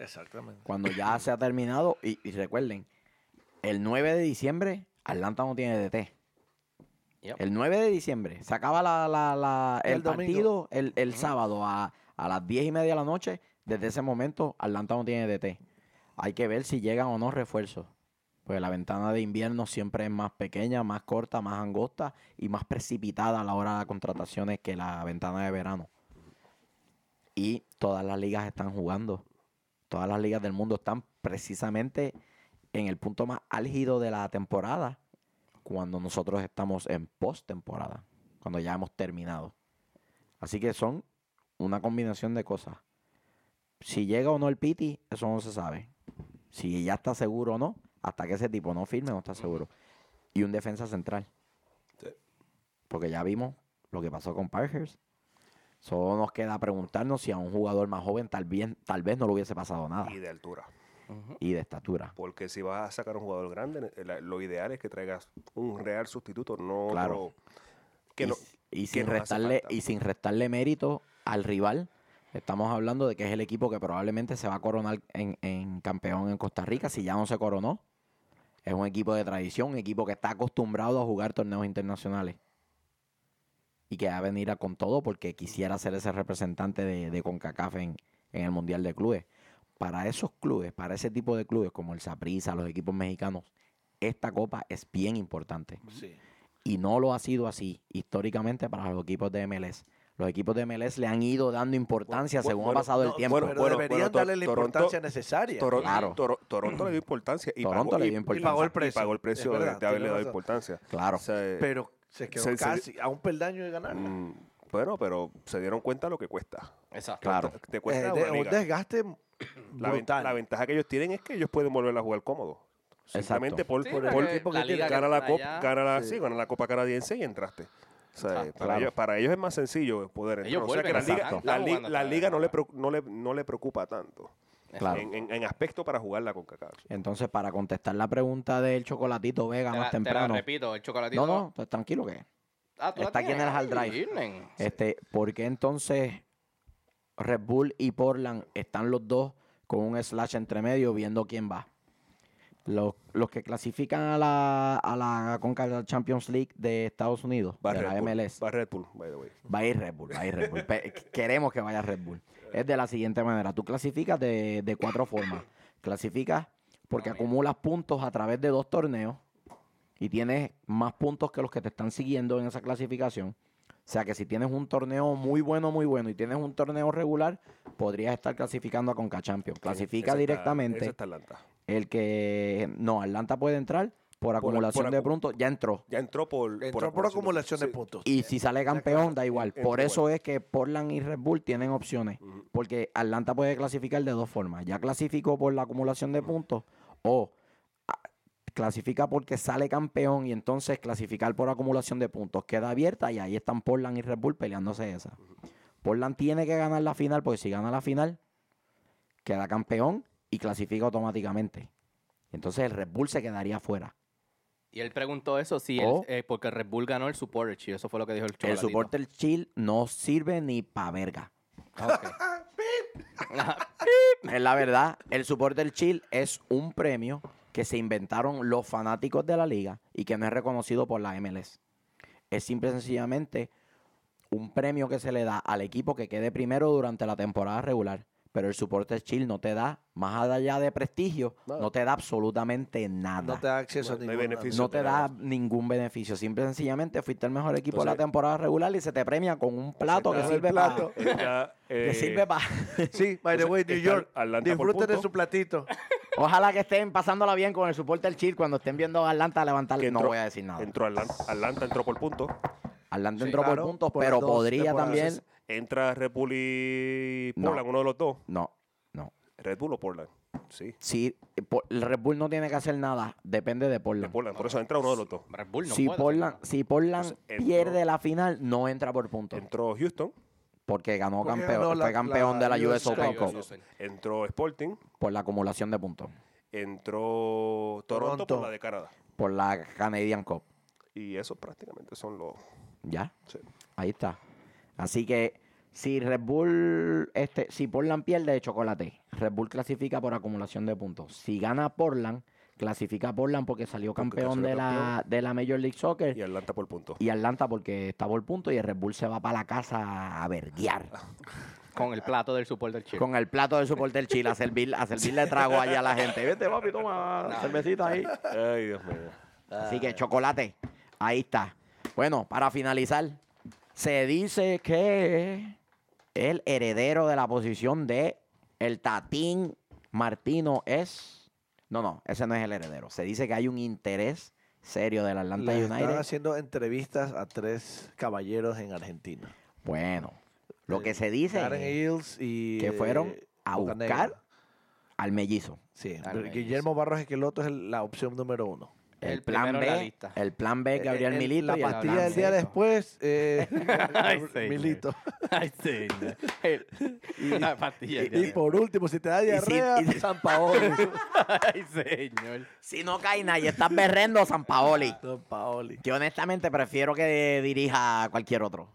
S2: Exactamente.
S1: Cuando ya se ha terminado, y, y recuerden, el 9 de diciembre Atlanta no tiene DT.
S3: Yep.
S1: El 9 de diciembre se acaba la- la- la- el,
S2: El domingo.
S1: partido el, el sábado a, a las 10 y media de la noche. Desde ese momento Atlanta no tiene DT. Hay que ver si llegan o no refuerzos. Pues la ventana de invierno siempre es más pequeña, más corta, más angosta y más precipitada a la hora de contrataciones que la ventana de verano. Y todas las ligas están jugando. Todas las ligas del mundo están precisamente en el punto más álgido de la temporada cuando nosotros estamos en postemporada, cuando ya hemos terminado. Así que son una combinación de cosas. Si llega o no el Piti, eso no se sabe. Si ya está seguro o no, hasta que ese tipo no firme, no está seguro. Y un defensa central.
S4: Sí.
S1: Porque ya vimos lo que pasó con Parkhurst. Solo nos queda preguntarnos si a un jugador más joven tal, bien, tal vez no le hubiese pasado nada.
S4: Y de altura.
S1: Y de estatura.
S4: Porque si vas a sacar un jugador grande, eh, la- lo ideal es que traigas un real sustituto, no
S1: Claro.
S4: otro que
S1: y,
S4: no,
S1: y
S4: que
S1: sin
S4: nos hace
S1: restarle
S4: falta.
S1: y sin restarle mérito al rival estamos hablando de que es el equipo que probablemente se va a coronar en, en campeón en Costa Rica si ya no se coronó es un equipo de tradición un equipo que está acostumbrado a jugar torneos internacionales y que va a venir a con todo porque quisiera ser ese representante de, de CONCACAF en, en el Mundial de Clubes. Para esos clubes, para ese tipo de clubes como el Saprissa, los equipos mexicanos, esta copa es bien importante
S2: Sí.
S1: y no lo ha sido así históricamente para los equipos de MLS. Los equipos de MLS le han ido dando importancia
S4: Bu- bu-
S1: según
S4: bueno,
S1: ha pasado el
S2: No,
S1: tiempo.
S2: pero
S4: bueno,
S2: deberían
S4: bueno, to-
S2: darle la
S4: Toronto-
S2: importancia necesaria.
S4: Toro-
S1: Claro.
S4: Toro- Toronto le dio importancia. Y
S1: Toronto
S4: pagó,
S1: le
S4: y-
S1: dio
S4: y
S1: importancia.
S4: pagó el
S2: Es
S4: precio. pagó el precio
S2: verdad,
S4: de, de
S2: tienes
S4: haberle dado
S2: razón.
S4: importancia.
S1: claro.
S4: O sea,
S2: pero se quedó
S4: se- se-
S2: casi a un peldaño de ganar.
S4: mm, bueno, pero se dieron cuenta lo que cuesta.
S3: Exacto.
S1: Claro.
S4: Te cuesta
S2: Eh,
S4: una
S2: de- un
S4: liga.
S2: desgaste
S4: La, ven-
S2: brutal.
S4: la ventaja que ellos tienen es que ellos pueden volver a jugar cómodo. Simplemente por,
S3: Sí,
S4: por-
S3: porque
S4: por-
S3: la
S4: porque
S3: liga
S4: tienen-
S3: que
S4: gana la
S3: está
S4: copa,
S3: allá-
S4: gana la,
S2: Sí.
S4: sí, gana la copa canadiense y entraste. O sea,
S3: Exacto.
S4: para,
S1: Claro.
S4: ellos, para ellos es más sencillo poder entrar.
S3: Ellos
S4: o sea que la
S3: vuelven,
S4: liga,
S3: exacto.
S4: la, li-
S3: Jugando
S4: la
S3: otra
S4: liga
S3: vez,
S4: no, le,
S3: ajá.
S4: preocu- no, le, no le preocupa tanto
S1: Claro.
S4: en, en- en aspecto para jugarla con Cacao.
S1: Entonces, para contestar la pregunta del chocolatito Vega
S3: Te la,
S1: más
S3: te la
S1: temprano.
S3: repito, el chocolatito.
S1: No, no, t- tranquilo que.
S3: Ah, tú la
S1: Está aquí en
S3: tienes.
S1: el hard
S3: Ay,
S1: drive.
S3: Irlen.
S1: Este, ¿por qué entonces Red Bull y Portland están los dos con un slash entre medio viendo quién va? Los, los que clasifican a la, a la Conca Champions League de Estados Unidos,
S4: Va
S1: de la
S4: Red Bull,
S1: MLS.
S4: va Red Bull, by the way.
S1: Va a ir Red Bull, va a ir Red Bull. Pe- Queremos que vaya Red Bull. Es de la siguiente manera. Tú clasificas de, de cuatro formas. Clasificas porque acumulas puntos a través de dos torneos y tienes más puntos que los que te están siguiendo en esa clasificación. O sea que si tienes un torneo muy bueno, muy bueno y tienes un torneo regular, podrías estar clasificando a Conca Champions. Clasifica
S4: Esa está-
S1: directamente
S4: esa está Atlanta.
S1: el que... No, Atlanta puede entrar por
S4: Por-
S1: acumulación
S4: por
S1: de
S4: acu-
S1: puntos. Ya entró.
S4: Ya entró por,
S2: Entró por acumulación de
S4: sí.
S2: puntos.
S1: Y si sale campeón, da igual.
S4: en-
S1: Por
S4: en-
S1: eso es que Portland y Red Bull tienen opciones. Porque Atlanta puede clasificar de dos formas. Ya clasificó por la acumulación de puntos o ah, clasifica porque sale campeón y entonces clasificar por acumulación de puntos queda abierta y ahí están Portland y Red Bull peleándose esa. Portland tiene que ganar la final porque si gana la final queda campeón y clasifica automáticamente. Entonces el Red Bull se quedaría fuera.
S3: Y él preguntó eso si él-
S1: Oh.
S3: eh, porque Red Bull ganó el Supporter Shield. Eso fue lo que dijo el
S1: El
S3: chocolatito.
S1: supporter chill no sirve ni pa' verga.
S3: Ah, ok. Ah,
S1: Es la verdad, el supporter chill es un premio que se inventaron los fanáticos de la liga y que no es reconocido por la MLS. Es simple y sencillamente un premio que se le da al equipo que quede primero durante la temporada regular. pero el supporter shield no te da, más allá de prestigio,
S2: Nada.
S1: no te da absolutamente nada.
S2: No te da acceso
S4: No hay
S2: a ningún
S4: beneficio.
S1: No te da ningún beneficio. Simple y sencillamente fuiste el mejor equipo de la
S4: Entonces-
S1: temporada regular y se te premia con un plato que
S2: Claro, el
S1: sirve
S2: plato.
S1: para.
S4: Está,
S1: Que
S4: eh,
S1: sirve para.
S2: Sí, by the way, New
S4: Entonces,
S2: York,
S4: está Atlanta por
S2: disfruten de
S4: punto.
S2: su platito.
S1: Ojalá que estén pasándola bien con el soporte del Chill cuando estén viendo a Atlanta levantar.
S4: que
S1: no
S4: entró-
S1: voy a decir nada.
S4: Entró Atlanta, Atlanta entró por punto.
S1: Atlanta
S3: Sí,
S1: entró
S2: claro,
S1: por puntos,
S2: por
S1: pero
S2: las dos
S1: podría
S2: temporadas.
S1: también.
S4: Entra Red Bull y
S1: No.
S4: Portland, uno de los dos.
S1: No, no.
S4: Red Bull o Portland. Sí.
S1: Si por- el Red Bull no tiene que hacer nada, depende de
S4: De
S1: Portland.
S4: Portland. Por eso entra uno de los dos.
S3: Red Bull no
S1: si,
S3: puede,
S1: Portland,
S3: ¿no?
S1: si Portland
S4: Entonces, entró-
S1: pierde la final, no entra por puntos.
S4: Entró Houston,
S1: Porque ganó
S2: Porque
S1: campeón,
S2: ganó la-
S1: fue campeón
S2: la
S1: de la US
S2: US
S1: Open
S2: Cup.
S1: Cup
S3: Open.
S4: entró Sporting,
S1: por la acumulación de puntos.
S4: entró Toronto,
S2: Toronto.
S4: por la de Canadá.
S1: Por la Canadian Cup.
S4: Y eso prácticamente son los...
S1: ¿Ya?
S4: sí.
S1: Ahí está. Así que si Red Bull, este, si Portland pierde de chocolate, Red Bull clasifica por acumulación de puntos. Si gana Portland, clasifica Portland porque salió
S4: Porque
S1: campeón,
S4: salió
S1: de, La,
S4: campeón.
S1: de la Major League Soccer.
S4: Y Atlanta por punto.
S1: Y Atlanta porque está por punto y el Red Bull se va para la casa a verguiar
S4: Ah,
S3: Con el plato del supporter chill.
S1: con el plato de soporte del Chile a, servir, a servirle trago allá a la gente. Vete, papi, toma cervecita ahí.
S4: Ay, Dios mío.
S1: Así que chocolate. Ahí está. Bueno, para finalizar, se dice que el heredero de la posición de el Tatín Martino es. No, no, ese no es el heredero. Se dice que hay un interés serio del Atlanta
S2: Le están
S1: United.
S2: haciendo entrevistas a tres caballeros en Argentina.
S1: Bueno, lo que se dice
S2: Karen
S1: es
S2: Hills y...
S1: que fueron
S2: eh,
S1: a
S2: Bocanegra.
S1: buscar Ah, al mellizo.
S2: Sí,
S3: Al menos.
S2: Guillermo Barros Esqueloto es el- la opción número uno.
S1: El,
S3: El
S1: plan
S3: primero en la
S1: B,
S3: lista.
S1: el plan B, Eh,
S2: El-
S1: Gabriel
S2: el-
S1: Milito.
S2: La
S1: y el plan
S2: pastilla del día
S1: C.
S2: después, eh,
S3: señor.
S2: Milito.
S3: Ay, sí. El- Una pastilla.
S2: Y, y por último, si te da diarrea,
S1: y si-
S2: San Paoli.
S3: Ay, señor.
S1: Si no cae nadie, estás berrendo San Paoli.
S2: San Paoli.
S1: Que honestamente prefiero que dirija a cualquier otro.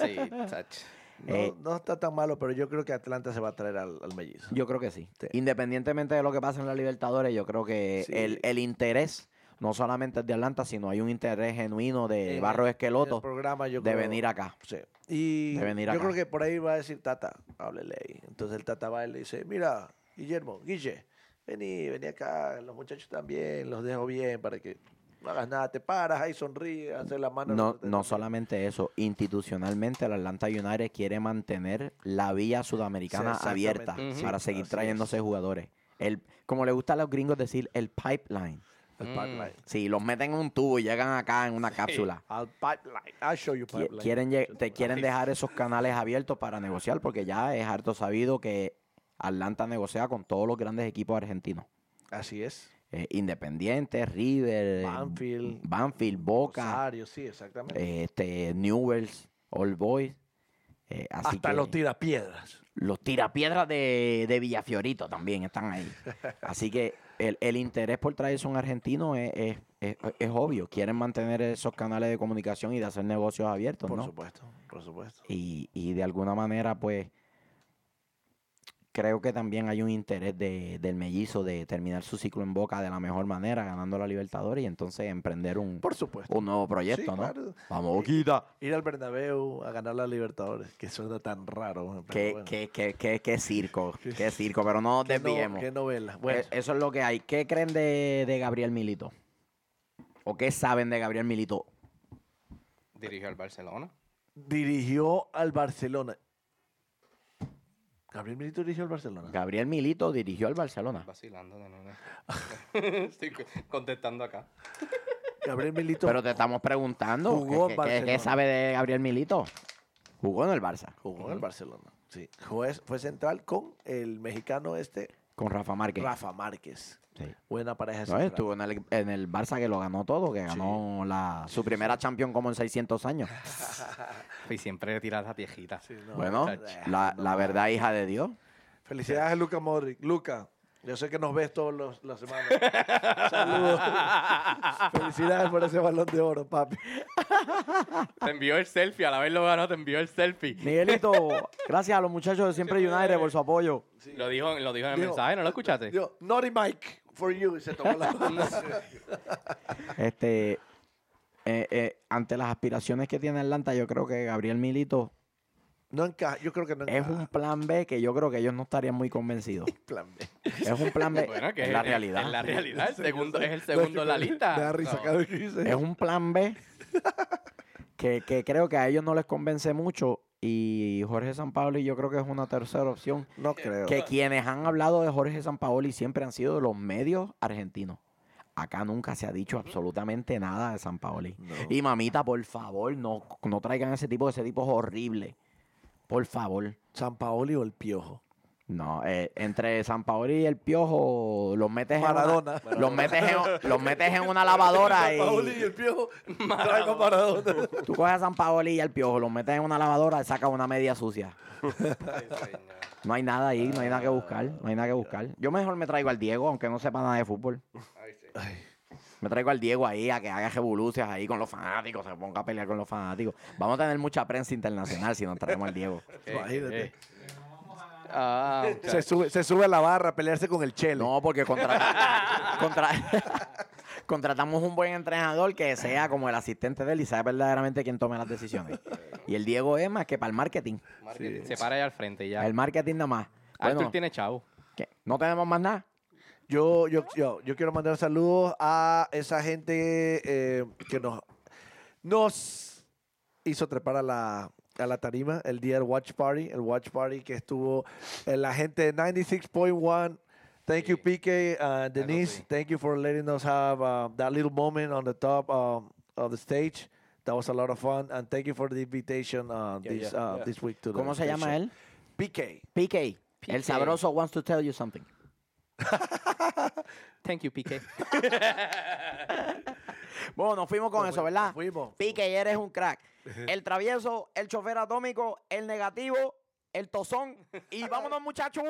S3: Sí, chacho.
S2: No,
S1: Eh,
S2: no está tan malo, pero yo creo que Atlanta se va a traer al, al mellizo.
S1: Yo creo que sí.
S2: Sí.
S1: Independientemente de lo que pase en la Libertadores, yo creo que
S2: Sí.
S1: el, el interés, no solamente es de Atlanta, sino hay un interés genuino de
S2: En-
S1: Eh, Barros
S2: en
S1: Esqueloto
S2: el programa, yo
S1: de
S2: creo-
S1: venir acá.
S2: Sí. Y
S1: De venir
S2: yo
S1: acá.
S2: creo que por ahí va a decir Tata, háblele ahí. Entonces el Tata va y le dice, mira, Guillermo, Guille, vení, vení acá, los muchachos también, los dejo bien para que no hagas nada, te paras ahí, sonríe, haces la mano.
S1: No, no solamente eso, institucionalmente el Atlanta United quiere mantener la vía sudamericana
S2: Sí,
S1: abierta
S2: exactamente.
S3: Ujú.
S1: para seguir
S2: Así
S1: trayéndose jugadores. El, como le gusta a los gringos decir, el pipeline.
S2: Al
S3: Mm.
S2: pipeline.
S1: Si los meten en un tubo y llegan acá en una cápsula.
S2: Al pipeline. I'll show you
S1: Mm. Qui-
S2: pipeline.
S1: quieren lle- te quieren dejar esos canales abiertos para negociar porque ya es harto sabido que Atlanta negocia con todos los grandes equipos argentinos.
S2: Así es.
S1: Eh, Independiente, River, eh,
S2: Banfield.
S1: Banfield, Boca,
S2: Rosario, sí, exactamente.
S1: eh, este, Newells, All Boys. eh, así
S2: Hasta
S1: que
S2: los tirapiedras.
S1: los tirapiedras de, de Villafiorito también están ahí. Así que el, el interés por traerse un argentino es, es- es- es obvio. Quieren mantener esos canales de comunicación y de hacer negocios abiertos,
S2: Por
S1: ¿no?
S2: supuesto, por supuesto.
S1: Y, y de alguna manera, pues, creo que también hay un interés de- del mellizo de terminar su ciclo en Boca de la mejor manera, ganando la Libertadores y entonces emprender un,
S2: Por supuesto.
S1: un nuevo proyecto,
S2: Sí,
S1: ¿no?
S2: claro.
S1: Vamos, Boquita.
S2: Ir al Bernabéu a ganar la Libertadores, que suena tan raro. pero
S1: Qué,
S2: bueno.
S1: qué, qué, qué, qué circo, qué circo, pero no nos
S2: ¿Qué no-
S1: desviemos.
S2: qué novela. Bueno,
S1: Eh, Eso es lo que hay. ¿Qué creen de, de Gabriel Milito? ¿O qué saben de Gabriel Milito?
S3: Dirigió al Barcelona.
S2: dirigió al Barcelona. Gabriel Milito dirigió al Barcelona.
S1: Gabriel Milito dirigió al Barcelona.
S3: Vacilando de nuevo. Estoy contestando acá.
S2: Gabriel Milito
S1: Pero te estamos preguntando,
S2: Jugó
S1: ¿qué-
S2: en
S1: qué- qué- qué
S2: Barcelona.
S1: sabe de Gabriel Milito? Jugó en el Barça.
S2: jugó en el Barcelona. Sí. Fue, fue central con el mexicano este,
S1: Con Rafa Márquez.
S2: Rafa Márquez.
S1: Sí.
S2: Buena pareja
S1: No,
S2: central.
S1: estuvo en el, en el Barça que lo ganó todo, que ganó la, su primera Champions como en 600 años.
S3: Y siempre tiras la viejita.
S2: Sí, no,
S1: bueno,
S2: eh,
S1: la,
S2: no.
S1: la verdad, hija de Dios.
S2: Felicidades a Luca Modric. Luca, yo sé que nos ves todas los- las semanas. Saludos. Felicidades por ese balón de oro, papi.
S3: Te envió el selfie, al haberlo ganado te envió el selfie.
S1: Miguelito, gracias a los muchachos de Siempre United por su apoyo.
S3: Lo, dijo, lo dijo en el
S2: Dijo-
S3: mensaje, ¿no lo escuchaste?
S2: Yo, Naughty Mike, for you. Y se tomó la
S1: Este, eh, eh, ante las aspiraciones que tiene Atlanta, yo creo que Gabriel Milito
S2: No encaja, yo creo que no
S1: Es
S2: encaja.
S1: un plan B que yo creo que ellos no estarían muy convencidos.
S2: plan B.
S1: Es un plan B.
S3: Bueno, que
S1: es
S3: es
S1: la
S3: el-
S1: realidad.
S3: Es la realidad. El segundo, es el segundo en la lista.
S2: Me da risa
S3: No.
S2: cada vez que dice
S1: Es un plan B que, que creo que a ellos no les convence mucho. Y Jorge Sampaoli yo creo que es una tercera opción.
S2: No creo.
S1: Que quienes han hablado de Jorge Sampaoli siempre han sido los medios argentinos. Acá nunca se ha dicho absolutamente nada de Sampaoli.
S2: No.
S1: Y mamita, por favor, no, no traigan ese tipo, ese tipo es horrible. Por favor.
S2: San Paoli o el Piojo.
S1: No, eh, entre San Paoli y el Piojo los metes
S2: Maradona.
S1: en una, los metes en, los metes en una lavadora
S2: San Paoli y
S1: y
S2: el Piojo. Traigo a Maradona.
S1: tú coges a San Paoli y al Piojo, los metes en una lavadora y sacas una media sucia. No hay nada ahí, no hay nada que buscar, no hay nada que buscar. Yo mejor me traigo al Diego, aunque no sepa nada de fútbol. Me traigo al Diego ahí a que haga revoluciones ahí con los fanáticos, se ponga a pelear con los fanáticos. Vamos a tener mucha prensa internacional si nos traemos al Diego.
S3: Eh,
S2: Imagínate.
S3: eh. Ah,
S2: Se sube, se sube a la barra a pelearse con el Chelo.
S1: No, porque contrata- contra- contratamos un buen entrenador que sea como el asistente de él y sea verdaderamente quien tome las decisiones. Y el Diego es más que para el marketing.
S3: marketing. Se para ahí al frente y ya.
S1: El marketing nada más.
S3: Arthur
S1: Bueno,
S3: tiene chavo.
S1: ¿qué? ¿No tenemos más nada?
S2: Yo, yo, yo, yo quiero mandar saludos a esa gente eh, que nos, nos hizo trepar a la, a la tarima el día del Watch Party. El Watch Party que estuvo eh, la gente de 96.1. Thank you, PK, uh, Denise.
S3: sí.
S2: Thank you for letting us have uh, that little moment on the top um, of the stage. That was a lot of fun. And thank you for the invitation uh,
S4: Yeah,
S2: this,
S4: yeah,
S2: uh,
S4: yeah.
S2: this week to the
S1: ¿Cómo se
S2: stage
S1: llama
S2: show.
S1: él?
S2: PK.
S1: PK. El
S3: PK.
S1: sabroso wants to tell you something.
S3: Thank you, PK.
S1: Bueno, nos fuimos con eso, ¿verdad?
S2: Fuimos.
S1: Pique, y eres un crack. El travieso, el chofer atómico, el negativo, el tozón. Y vámonos, muchachos.